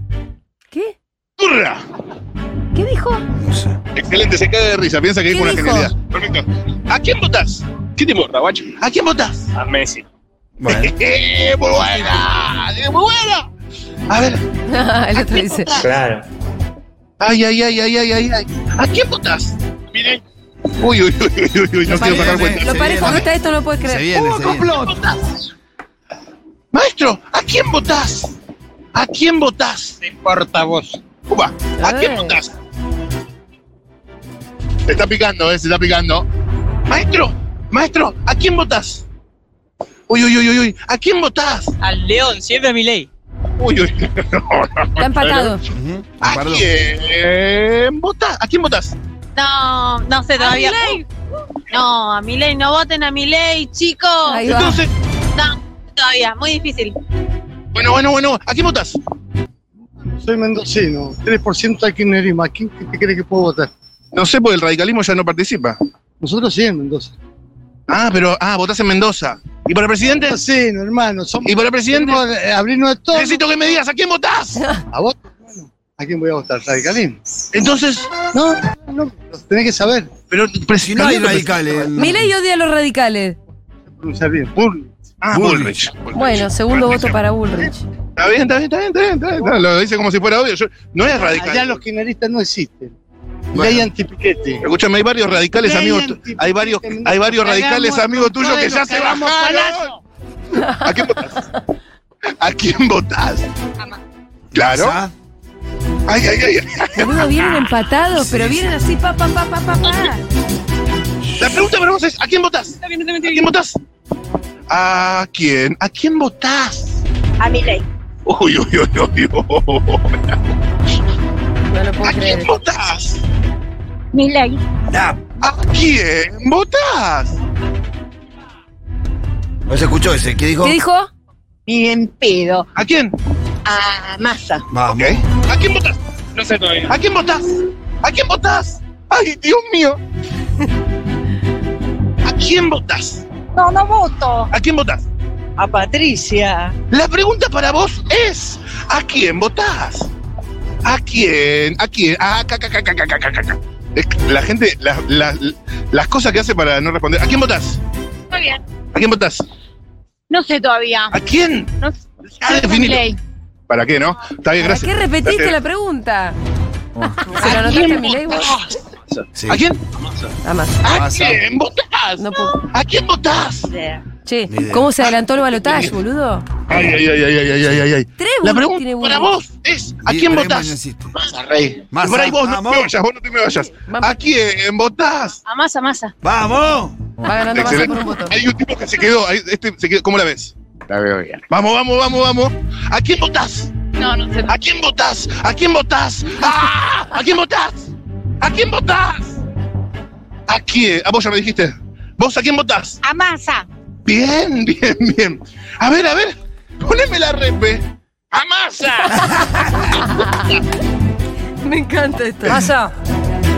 [SPEAKER 4] ¿Qué?
[SPEAKER 6] ¡Turra!
[SPEAKER 4] ¿Qué dijo?
[SPEAKER 6] Excelente, se cae de risa, piensa que es
[SPEAKER 4] ¿Qué
[SPEAKER 6] una
[SPEAKER 4] dijo?
[SPEAKER 6] genialidad. Perfecto. ¿A quién votás? ¿Qué te importa, guacho? ¿A quién votás?
[SPEAKER 14] A Messi.
[SPEAKER 5] Bueno.
[SPEAKER 6] ¡Eh, <laughs> muy buena! ¡Eh, ¡Muy buena! A ver.
[SPEAKER 4] <laughs> El otro dice.
[SPEAKER 6] Claro. Ay, ay, ay, ay, ay, ay, ay. ¿A quién votás? Mire. Uy, uy, uy, uy, uy, uy, no quiero sacar cuenta.
[SPEAKER 4] Lo parejo que está esto, no lo puedes creer.
[SPEAKER 6] Se viene, se viene. Maestro, ¿a quién votás? ¿A quién votás? No importa vos. Upa, ¿a quién votás? Se está picando, eh, se está picando. Maestro, maestro, ¿a quién votás? Uy, uy, uy, uy, uy, ¿a quién votás?
[SPEAKER 15] Al León, siempre a mi ley.
[SPEAKER 6] Uy, uy. Está
[SPEAKER 15] empatado.
[SPEAKER 6] ¿A quién votás? ¿A quién votás?
[SPEAKER 10] No, no sé todavía. No, a mi ley, no voten a mi ley, chicos.
[SPEAKER 6] va. Entonces-
[SPEAKER 10] No, todavía, muy difícil.
[SPEAKER 6] Bueno, bueno, bueno, ¿a quién votás?
[SPEAKER 1] Soy mendocino, 3% al kirchnerismo. ¿A quién qué- qué cree que puedo votar?
[SPEAKER 6] No sé, porque el radicalismo ya no participa.
[SPEAKER 1] Nosotros sí en Mendoza.
[SPEAKER 6] Ah, pero, ah, votás en Mendoza. ¿Y para el presidente?
[SPEAKER 1] Mendocino, hermano. somos-
[SPEAKER 6] ¿Y para el presidente?
[SPEAKER 1] Queremos, eh, abrirnos de todo.
[SPEAKER 6] Necesito que me digas, ¿a quién votás?
[SPEAKER 1] <laughs> ¿A vos? hermano? ¿A quién voy a votar? ¿Radicalismo?
[SPEAKER 6] Entonces.
[SPEAKER 1] No, no, no, lo tenés que saber.
[SPEAKER 6] Pero,
[SPEAKER 1] si
[SPEAKER 5] no hay radicales.
[SPEAKER 4] Milei odia a los radicales.
[SPEAKER 1] Pronunciar bien. Bull.
[SPEAKER 6] Ah, Bullrich.
[SPEAKER 4] Bueno, segundo voto para Bullrich.
[SPEAKER 6] Está bien, está bien, está bien, está bien, está bien, está bien. Lo dice como si fuera obvio. Yo- no es radical.
[SPEAKER 8] Allá los kirchneristas no existen.
[SPEAKER 6] Bueno.
[SPEAKER 8] Ley antipiquete.
[SPEAKER 6] Escúchame, hay varios radicales
[SPEAKER 8] Ley
[SPEAKER 6] amigos. tu- Hay varios, hay varios
[SPEAKER 8] Cagamos
[SPEAKER 6] radicales
[SPEAKER 8] con
[SPEAKER 6] amigos tuyos
[SPEAKER 8] todo
[SPEAKER 6] que
[SPEAKER 8] y
[SPEAKER 6] ya
[SPEAKER 8] nos
[SPEAKER 6] se
[SPEAKER 8] cagamos
[SPEAKER 6] bajaron. ¿A quién votás? ¿A quién votás? Claro.
[SPEAKER 5] ¿Ah?
[SPEAKER 6] Ay, ay, ay.
[SPEAKER 4] Boludo, vienen empatados, pero vienen así, pa, pa, pa, pa, pa, pa.
[SPEAKER 6] La pregunta para vos es: ¿a quién votás? ¿A quién votás? ¿A quién? ¿A quién votás?
[SPEAKER 16] A mi ley.
[SPEAKER 6] Uy, uy, uy, uy, uy.
[SPEAKER 4] No lo puedo creer.
[SPEAKER 6] ¿Votás?
[SPEAKER 16] Mi ley.
[SPEAKER 6] ¿A quién votás?
[SPEAKER 5] No se escuchó ese. ¿Qué dijo?
[SPEAKER 4] dijo?
[SPEAKER 16] Bien pedo.
[SPEAKER 6] ¿A quién?
[SPEAKER 16] A masa.
[SPEAKER 5] Vamos.
[SPEAKER 6] ¿A quién votás? No sé todavía. ¿A quién votás? ¿A quién votás? ¡Ay, Dios mío! ¿A quién votás?
[SPEAKER 16] No, no voto.
[SPEAKER 6] ¿A quién votás?
[SPEAKER 16] A Patricia.
[SPEAKER 6] La pregunta para vos es: ¿a quién votás? ¿A quién? ¿A quién? Ah, ca, ca, ca, ca, ca, ca, ca, ca. Es que La gente, la- la- las cosas que hace para no responder. ¿A quién votás?
[SPEAKER 17] Muy bien.
[SPEAKER 6] ¿A quién votás?
[SPEAKER 17] No sé todavía.
[SPEAKER 6] ¿A quién?
[SPEAKER 17] No sé.
[SPEAKER 6] Ah, definilo. ¿Para qué, no? Está bien,
[SPEAKER 4] ¿Para
[SPEAKER 6] gracias.
[SPEAKER 4] qué repetiste
[SPEAKER 6] Gracias.
[SPEAKER 4] la pregunta? ¿Se lo anotaste a mi ley vos?
[SPEAKER 6] ¿A quién?
[SPEAKER 4] A Massa.
[SPEAKER 6] ¿A quién votás?
[SPEAKER 4] No puedo.
[SPEAKER 6] ¿A quién votás?
[SPEAKER 4] Che,
[SPEAKER 6] Ni idea.
[SPEAKER 4] ¿cómo se adelantó el balotaje, boludo?
[SPEAKER 6] Ay, ay, ay, ay, ay, ay, ay, ay, ay.
[SPEAKER 4] Tres
[SPEAKER 6] La
[SPEAKER 4] Bullrich
[SPEAKER 6] pregunta
[SPEAKER 4] tiene
[SPEAKER 6] para
[SPEAKER 4] Bullrich.
[SPEAKER 6] vos es ¿a
[SPEAKER 5] Di-
[SPEAKER 6] quién
[SPEAKER 5] Bremen
[SPEAKER 6] votás?
[SPEAKER 5] no existe.
[SPEAKER 6] Massa, rey.
[SPEAKER 5] Massa,
[SPEAKER 6] Y por ahí vos no te
[SPEAKER 5] vamos.
[SPEAKER 6] me vayas, vos no te me vayas. ¿A quién votás?
[SPEAKER 17] A masa, masa.
[SPEAKER 5] ¡Vamos!
[SPEAKER 4] Va ganando Massa por un voto.
[SPEAKER 6] Hay un tipo que se quedó, ahí, este se quedó, ¿cómo la ves? La veo bien. Vamos, vamos, vamos, vamos. ¿A quién votás?
[SPEAKER 17] No, no sé.
[SPEAKER 6] ¿A quién votás? ¿A quién votás? ¡Ah! ¿A quién votás? ¿A quién votás? ¿A quién? Ah, vos ya me dijiste. ¿Vos a quién votás?
[SPEAKER 16] A masa.
[SPEAKER 6] Bien, <laughs> bien, bien. A ver, a ver. Poneme la repe. ¡A masa!
[SPEAKER 4] <laughs> Me encanta esto. Masa.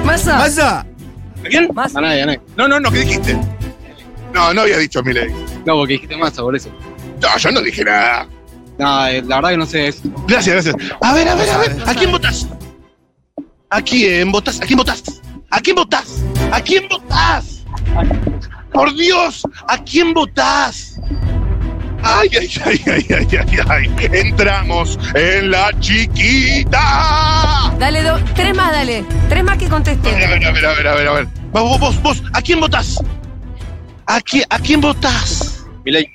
[SPEAKER 4] Masa.
[SPEAKER 5] ¡Masa!
[SPEAKER 6] ¿A quién? Ah,
[SPEAKER 4] Masa.
[SPEAKER 1] A nadie, a nadie.
[SPEAKER 6] No, no, no, ¿qué dijiste? No, no había dicho Milei. Ah.
[SPEAKER 1] No, porque dijiste masa, por eso.
[SPEAKER 6] No, yo no dije nada.
[SPEAKER 1] No, eh, la verdad que no sé. es-
[SPEAKER 6] Gracias, gracias. A ver, a ver, a ver. ¿A quién votás? ¿A quién votás? ¿A quién votás? ¿A quién votás? ¿A quién votás? Por Dios, ¿a quién votás? Ay, ay, ay, ay, ay, ay, ay. Entramos en la chiquita.
[SPEAKER 4] Dale, do- tres más, dale. Tres más que
[SPEAKER 6] A
[SPEAKER 4] conteste.
[SPEAKER 6] ver, a ver, a ver, a ver, a ver. Vos, vos, vos, vos, ¿a quién votás? ¿A quién, a quién votás?
[SPEAKER 1] Milei.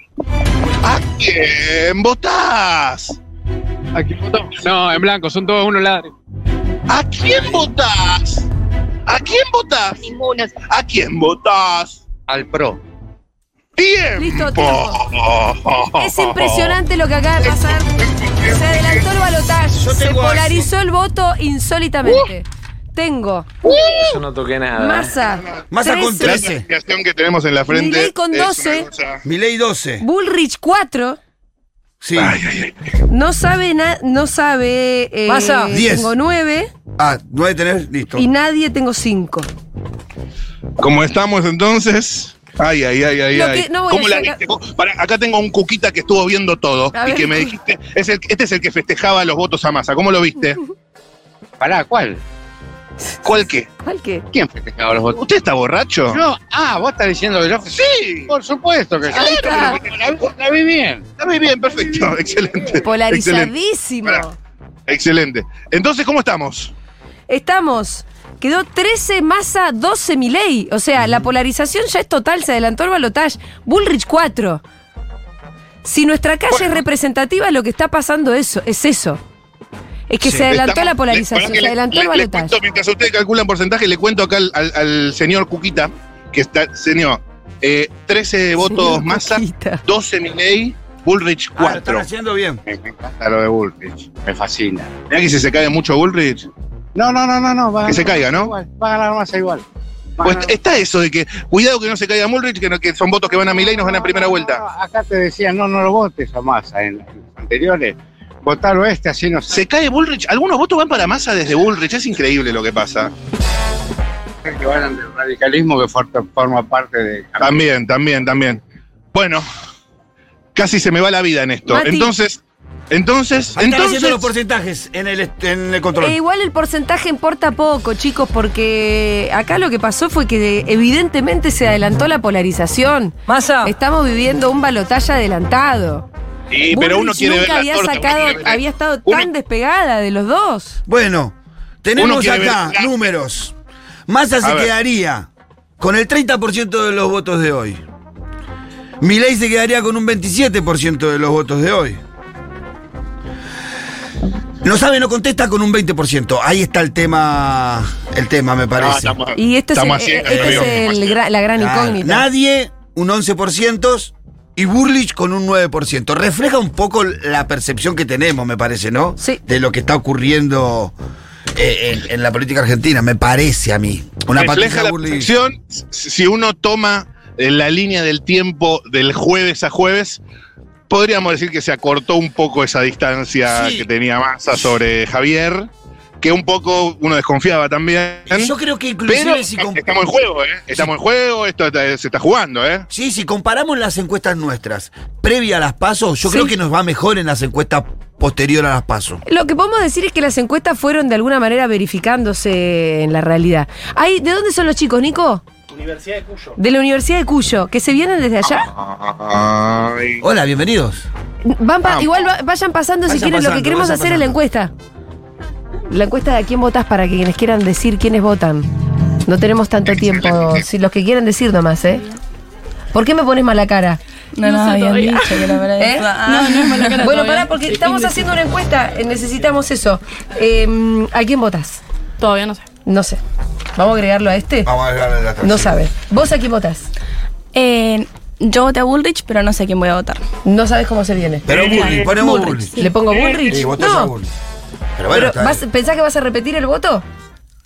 [SPEAKER 6] ¿A quién votás?
[SPEAKER 8] ¿A quién votamos?
[SPEAKER 18] No, en blanco, son todos unos ladres.
[SPEAKER 6] ¿A quién votás? ¿A quién votás? ¿A quién votás?
[SPEAKER 1] Al pro.
[SPEAKER 6] ¡Tiempo!
[SPEAKER 4] Listo, tiempo.
[SPEAKER 6] Oh.
[SPEAKER 4] Es impresionante lo que acaba de pasar. Se adelantó el balotaje. Se
[SPEAKER 5] tengo
[SPEAKER 4] polarizó el voto insólitamente. Tengo
[SPEAKER 14] Yo no toqué nada.
[SPEAKER 4] Massa.
[SPEAKER 5] Massa con 13.
[SPEAKER 6] Uh. La situación que tenemos en la frente.
[SPEAKER 4] Milei con
[SPEAKER 6] es una
[SPEAKER 4] 12.
[SPEAKER 6] cosa-
[SPEAKER 5] Milei 12.
[SPEAKER 4] Bullrich 4.
[SPEAKER 5] Sí.
[SPEAKER 6] Ay, ay, ay.
[SPEAKER 4] No sabe nada. No sabe. eh,
[SPEAKER 5] Massa. Diez.
[SPEAKER 4] Tengo 9.
[SPEAKER 5] Ah, nueve tenés, listo.
[SPEAKER 4] Y nadie tengo 5.
[SPEAKER 6] Como estamos entonces. Ay, ay, ay, ay,
[SPEAKER 4] Lo
[SPEAKER 6] ay.
[SPEAKER 4] que- no voy
[SPEAKER 6] ¿Cómo
[SPEAKER 4] a
[SPEAKER 6] la
[SPEAKER 4] llegar-
[SPEAKER 6] viste? Vos- pará, acá tengo un cuquita que estuvo viendo todo
[SPEAKER 4] A
[SPEAKER 6] y
[SPEAKER 4] ver.
[SPEAKER 6] que me dijiste. Es el, este es el que festejaba los votos a masa. ¿Cómo lo viste?
[SPEAKER 1] <laughs> Pará, ¿cuál?
[SPEAKER 6] ¿Cuál qué?
[SPEAKER 4] ¿Cuál qué?
[SPEAKER 1] ¿Quién festejaba los votos?
[SPEAKER 6] ¿Usted está borracho?
[SPEAKER 8] Yo, ah, vos estás diciendo que yo.
[SPEAKER 6] Sí.
[SPEAKER 8] Por supuesto que sí.
[SPEAKER 4] Ahí está.
[SPEAKER 8] La, vi- la vi bien.
[SPEAKER 6] Está muy bien, perfecto. Excelente. Excelente.
[SPEAKER 4] Polarizadísimo.
[SPEAKER 6] Pará. Excelente. Entonces, ¿cómo estamos?
[SPEAKER 4] Estamos. Quedó 13 masa 12 Milei. O sea,
[SPEAKER 6] Mm.
[SPEAKER 4] la polarización ya es total. Se adelantó el balotaje. Bullrich 4. Si nuestra calle es representativa, lo que está pasando eso, es eso. Es que
[SPEAKER 5] Sí,
[SPEAKER 4] se adelantó
[SPEAKER 6] Estamos-
[SPEAKER 4] la
[SPEAKER 6] le-
[SPEAKER 4] polarización,
[SPEAKER 6] pará que
[SPEAKER 4] se
[SPEAKER 6] le-
[SPEAKER 4] adelantó
[SPEAKER 6] le-
[SPEAKER 4] el
[SPEAKER 6] les
[SPEAKER 4] balotaje.
[SPEAKER 6] cuento, Mientras ustedes calculan porcentaje, le cuento acá al, al- al señor Cuquita, que está, señor, eh, 13 votos masa,
[SPEAKER 4] Cuquita.
[SPEAKER 6] 12 Milei, Bullrich
[SPEAKER 5] Ah, lo están
[SPEAKER 6] 4.
[SPEAKER 5] haciendo bien.
[SPEAKER 1] Me me encanta lo de Bullrich. Me fascina.
[SPEAKER 6] Mirá que si se cae mucho Bullrich,
[SPEAKER 8] No, no, no, no, no. Va a
[SPEAKER 6] que se
[SPEAKER 8] ganar
[SPEAKER 6] caiga, ¿no?
[SPEAKER 8] igual, Va a ganar masa igual. Va a
[SPEAKER 6] Pues
[SPEAKER 8] ganar-
[SPEAKER 6] está eso de que, cuidado que no se caiga Bullrich, que, no- que son votos que van a Milei y nos van a primera
[SPEAKER 8] No,
[SPEAKER 6] vuelta.
[SPEAKER 8] no, acá te decían, no, no lo votes a masa en en los anteriores. Votalo este, así no sé
[SPEAKER 6] Se cae Bullrich, algunos votos van para masa desde Bullrich, es increíble lo que pasa.
[SPEAKER 8] que van del radicalismo que for- forma parte de.
[SPEAKER 6] También, también, también. Bueno, casi se me va la vida en esto.
[SPEAKER 4] Mati.
[SPEAKER 6] Entonces, entonces,
[SPEAKER 5] Ahí están haciendo los
[SPEAKER 6] entonces.
[SPEAKER 5] porcentajes en el, est- en el control.
[SPEAKER 4] Eh, igual el porcentaje importa poco, chicos, porque acá lo que pasó fue que evidentemente se adelantó la polarización.
[SPEAKER 17] Masa.
[SPEAKER 4] Estamos viviendo un balotaje adelantado.
[SPEAKER 1] Sí, pero uno
[SPEAKER 4] Bullrich
[SPEAKER 1] quiere ver
[SPEAKER 4] nunca
[SPEAKER 1] la
[SPEAKER 4] había
[SPEAKER 1] torta, uno
[SPEAKER 4] sacado,
[SPEAKER 1] quiere ver-
[SPEAKER 4] había estado tan despegada de los dos.
[SPEAKER 5] Bueno,
[SPEAKER 1] Uno
[SPEAKER 5] tenemos
[SPEAKER 1] quiere ver
[SPEAKER 5] acá
[SPEAKER 1] la-
[SPEAKER 5] números. Massa
[SPEAKER 1] A
[SPEAKER 5] se
[SPEAKER 1] ver.
[SPEAKER 5] quedaría con el 30% de los votos de hoy. Milei se quedaría con un 27% de los votos de hoy. No sabe, no contesta con un 20%. Ahí está el tema, el tema me parece.
[SPEAKER 1] Ah, estamos-
[SPEAKER 4] Y este es, el- eh, este es el gra- la gran
[SPEAKER 5] Claro.
[SPEAKER 4] incógnita.
[SPEAKER 5] Nadie, un 11%. Y Burlich con un 9%. Refleja un poco la percepción que tenemos, me parece, ¿no? Sí. De lo que está ocurriendo eh, en, en la política argentina, me parece a mí. Una
[SPEAKER 1] refleja
[SPEAKER 5] Patricia
[SPEAKER 1] la
[SPEAKER 5] Burlich.
[SPEAKER 1] percepción si uno toma eh, la línea del tiempo del jueves a jueves podríamos decir que se acortó un poco esa distancia
[SPEAKER 5] Sí.
[SPEAKER 1] que tenía Massa sobre Javier que un poco uno desconfiaba también
[SPEAKER 5] Yo creo que inclusive
[SPEAKER 1] Pero
[SPEAKER 5] si comp-
[SPEAKER 1] estamos en juego eh estamos en juego esto está- se está jugando eh
[SPEAKER 5] Sí, si comparamos las encuestas nuestras previa a las pasos, yo creo que nos va mejor en las encuestas posterior a las pasos.
[SPEAKER 4] Lo que podemos decir es que las encuestas fueron de alguna manera verificándose en la realidad. Ay, ¿De dónde son los chicos, Nico?
[SPEAKER 19] Universidad de Cuyo.
[SPEAKER 4] De la Universidad de Cuyo, que se vienen desde allá.
[SPEAKER 5] Hola, bienvenidos.
[SPEAKER 4] Van pa-
[SPEAKER 5] Ah.
[SPEAKER 4] igual va- vayan pasando si
[SPEAKER 5] Vayan
[SPEAKER 4] quieren. lo que
[SPEAKER 5] pasando,
[SPEAKER 4] queremos
[SPEAKER 5] vayan
[SPEAKER 4] hacer es la encuesta. La encuesta de a quién votás para que quienes quieran decir quiénes votan. No tenemos tanto tiempo. Si los que quieran decir nomás, ¿eh? ¿Por qué me pones mala cara?
[SPEAKER 11] No nos habían dicho que la
[SPEAKER 10] <laughs>
[SPEAKER 11] verdad
[SPEAKER 4] <laughs> ¿Eh?
[SPEAKER 11] es- Ah. No, no es mala cara
[SPEAKER 4] Bueno,
[SPEAKER 11] todavía.
[SPEAKER 4] pará, porque
[SPEAKER 11] Sí,
[SPEAKER 4] estamos
[SPEAKER 11] indecisa.
[SPEAKER 4] haciendo una encuesta. eh, Necesitamos eso. Eh, ¿A quién votas?
[SPEAKER 19] Todavía no sé.
[SPEAKER 4] No sé. ¿Vamos a agregarlo a este?
[SPEAKER 5] Vamos a dejar la
[SPEAKER 4] No sabe. ¿Vos a quién votás?
[SPEAKER 19] Eh, yo voté a Bullrich, pero no sé quién voy a votar.
[SPEAKER 4] No sabes cómo se viene.
[SPEAKER 5] Pero Bullrich, ponemos Bullrich.
[SPEAKER 4] ¿Le pongo Bullrich?
[SPEAKER 5] Sí, votás a
[SPEAKER 4] no.
[SPEAKER 5] Bullrich. Pero bueno,
[SPEAKER 4] Pero,
[SPEAKER 5] está
[SPEAKER 4] ¿vas-
[SPEAKER 5] bien.
[SPEAKER 4] ¿Pensás que vas a repetir el voto?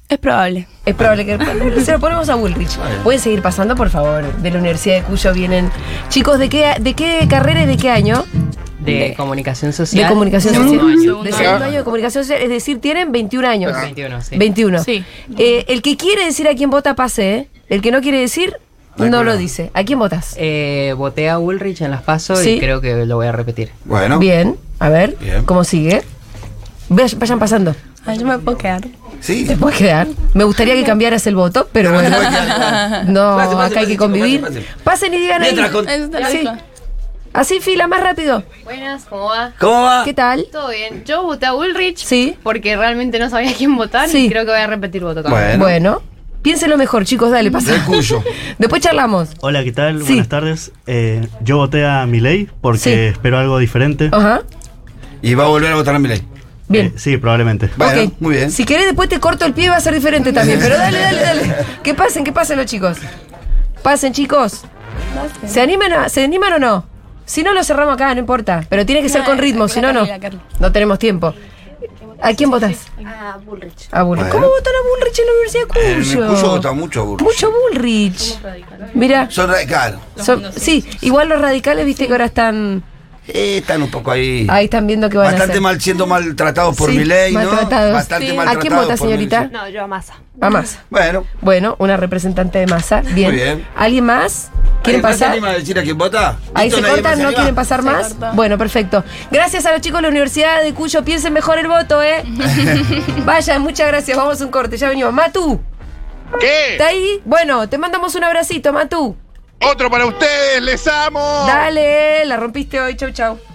[SPEAKER 19] Es probable.
[SPEAKER 4] Es probable que <laughs> se lo ponemos a Bullrich. Pueden seguir pasando, por favor. De la Universidad de Cuyo vienen chicos de qué de qué carrera y de qué año?
[SPEAKER 20] De, comunicación social.
[SPEAKER 4] De comunicación
[SPEAKER 20] Segundo
[SPEAKER 4] social.
[SPEAKER 20] año.
[SPEAKER 4] De segundo año de comunicación social, es decir, tienen 21 años.
[SPEAKER 20] 21, sí.
[SPEAKER 4] 21.
[SPEAKER 20] Sí.
[SPEAKER 4] Eh, el que quiere decir a quién vota pase, ¿eh? El que no quiere decir
[SPEAKER 20] No
[SPEAKER 4] no,
[SPEAKER 20] hay
[SPEAKER 4] lo
[SPEAKER 20] problema.
[SPEAKER 4] dice. ¿A quién votas?
[SPEAKER 20] Eh, voté a Ulrich en las PASO
[SPEAKER 4] Sí.
[SPEAKER 20] y creo que lo voy a repetir.
[SPEAKER 5] Bueno.
[SPEAKER 4] Bien, a ver cómo sigue. Ve- Vayan pasando.
[SPEAKER 19] Ay, yo me puedo quedar.
[SPEAKER 5] Sí.
[SPEAKER 4] Te puedes quedar. Me gustaría que cambiaras el voto, pero bueno. No,
[SPEAKER 19] Pase, pase,
[SPEAKER 4] acá hay
[SPEAKER 19] pase,
[SPEAKER 4] que
[SPEAKER 19] chico,
[SPEAKER 4] convivir.
[SPEAKER 19] pase,
[SPEAKER 4] Pasen y digan ahí.
[SPEAKER 19] Mientras con- Está la
[SPEAKER 4] Sí.
[SPEAKER 19] mezcla.
[SPEAKER 4] Así fila, más rápido.
[SPEAKER 21] Buenas, ¿cómo va?
[SPEAKER 4] ¿Cómo va? ¿Qué tal?
[SPEAKER 21] Todo bien. Yo voté a Ulrich
[SPEAKER 4] Sí.
[SPEAKER 21] porque realmente no sabía quién votar y creo que voy a repetir voto también.
[SPEAKER 4] Bueno. Piénselo mejor, chicos, dale, pasa.
[SPEAKER 20] <laughs>
[SPEAKER 4] Después charlamos.
[SPEAKER 22] Hola, ¿qué tal?
[SPEAKER 4] Sí.
[SPEAKER 22] Buenas tardes. Eh, yo voté a Milei porque
[SPEAKER 4] Sí.
[SPEAKER 22] espero algo diferente. Eh,
[SPEAKER 4] Ajá.
[SPEAKER 5] Y va a volver a votar a Milei.
[SPEAKER 4] Bien.
[SPEAKER 22] sí, probablemente.
[SPEAKER 5] Bueno, muy bien.
[SPEAKER 4] Si querés, después te corto el pie, va a ser diferente también. Pero dale,
[SPEAKER 5] <laughs>
[SPEAKER 4] dale, dale. Que pasen, que pasen los chicos. Pasen, chicos. ¿Se animan, a- ¿Se animan o no? Si no, lo cerramos acá, no importa. Pero tiene que ser con ritmo, si no, no. No tenemos tiempo. ¿A quién votás?
[SPEAKER 21] A Bullrich.
[SPEAKER 4] A Bullrich.
[SPEAKER 5] Bueno.
[SPEAKER 4] ¿Cómo votan a Bullrich en la Universidad de Cuyo?
[SPEAKER 5] Eh, En Cuyo vota mucho Bullrich.
[SPEAKER 4] Mucho Bullrich. Mira.
[SPEAKER 5] Son radicales.
[SPEAKER 4] Son- sí, igual los radicales, viste que ahora están.
[SPEAKER 5] Eh, están un poco ahí.
[SPEAKER 4] Ahí están viendo qué van a
[SPEAKER 5] Bastante
[SPEAKER 4] hacer.
[SPEAKER 5] mal siendo maltratados por
[SPEAKER 4] Sí,
[SPEAKER 5] Milei, ¿no?
[SPEAKER 4] maltratados.
[SPEAKER 5] Bastante
[SPEAKER 4] Sí. Ah, ¿A quién
[SPEAKER 5] maltratados.
[SPEAKER 4] vota,
[SPEAKER 5] por
[SPEAKER 4] señorita?
[SPEAKER 5] Milei.
[SPEAKER 21] No, yo a Massa.
[SPEAKER 4] A masa.
[SPEAKER 5] Bueno.
[SPEAKER 4] Bueno, una representante de masa. Bien.
[SPEAKER 5] Muy bien.
[SPEAKER 4] ¿Alguien más?
[SPEAKER 5] ¿Alguien
[SPEAKER 4] ¿Quieren
[SPEAKER 5] más se
[SPEAKER 4] pasar?
[SPEAKER 5] anima a decir a quién vota?
[SPEAKER 4] Ahí
[SPEAKER 5] ¿Listo? ¿Nadie
[SPEAKER 4] se
[SPEAKER 5] más
[SPEAKER 4] cortan,
[SPEAKER 5] se
[SPEAKER 4] no
[SPEAKER 5] anima?
[SPEAKER 4] quieren pasar más. Bueno, perfecto. Gracias a los chicos de la Universidad de Cuyo. Piensen mejor el voto,
[SPEAKER 5] <laughs>
[SPEAKER 4] ¿eh? Vayan, muchas gracias. Vamos a un corte. Ya venimos. Matú.
[SPEAKER 1] ¿Qué?
[SPEAKER 4] ¿Está ahí? Bueno, te mandamos un abracito, Matú.
[SPEAKER 1] otro para ustedes les amo
[SPEAKER 4] Dale, la rompiste hoy. Chau, chau.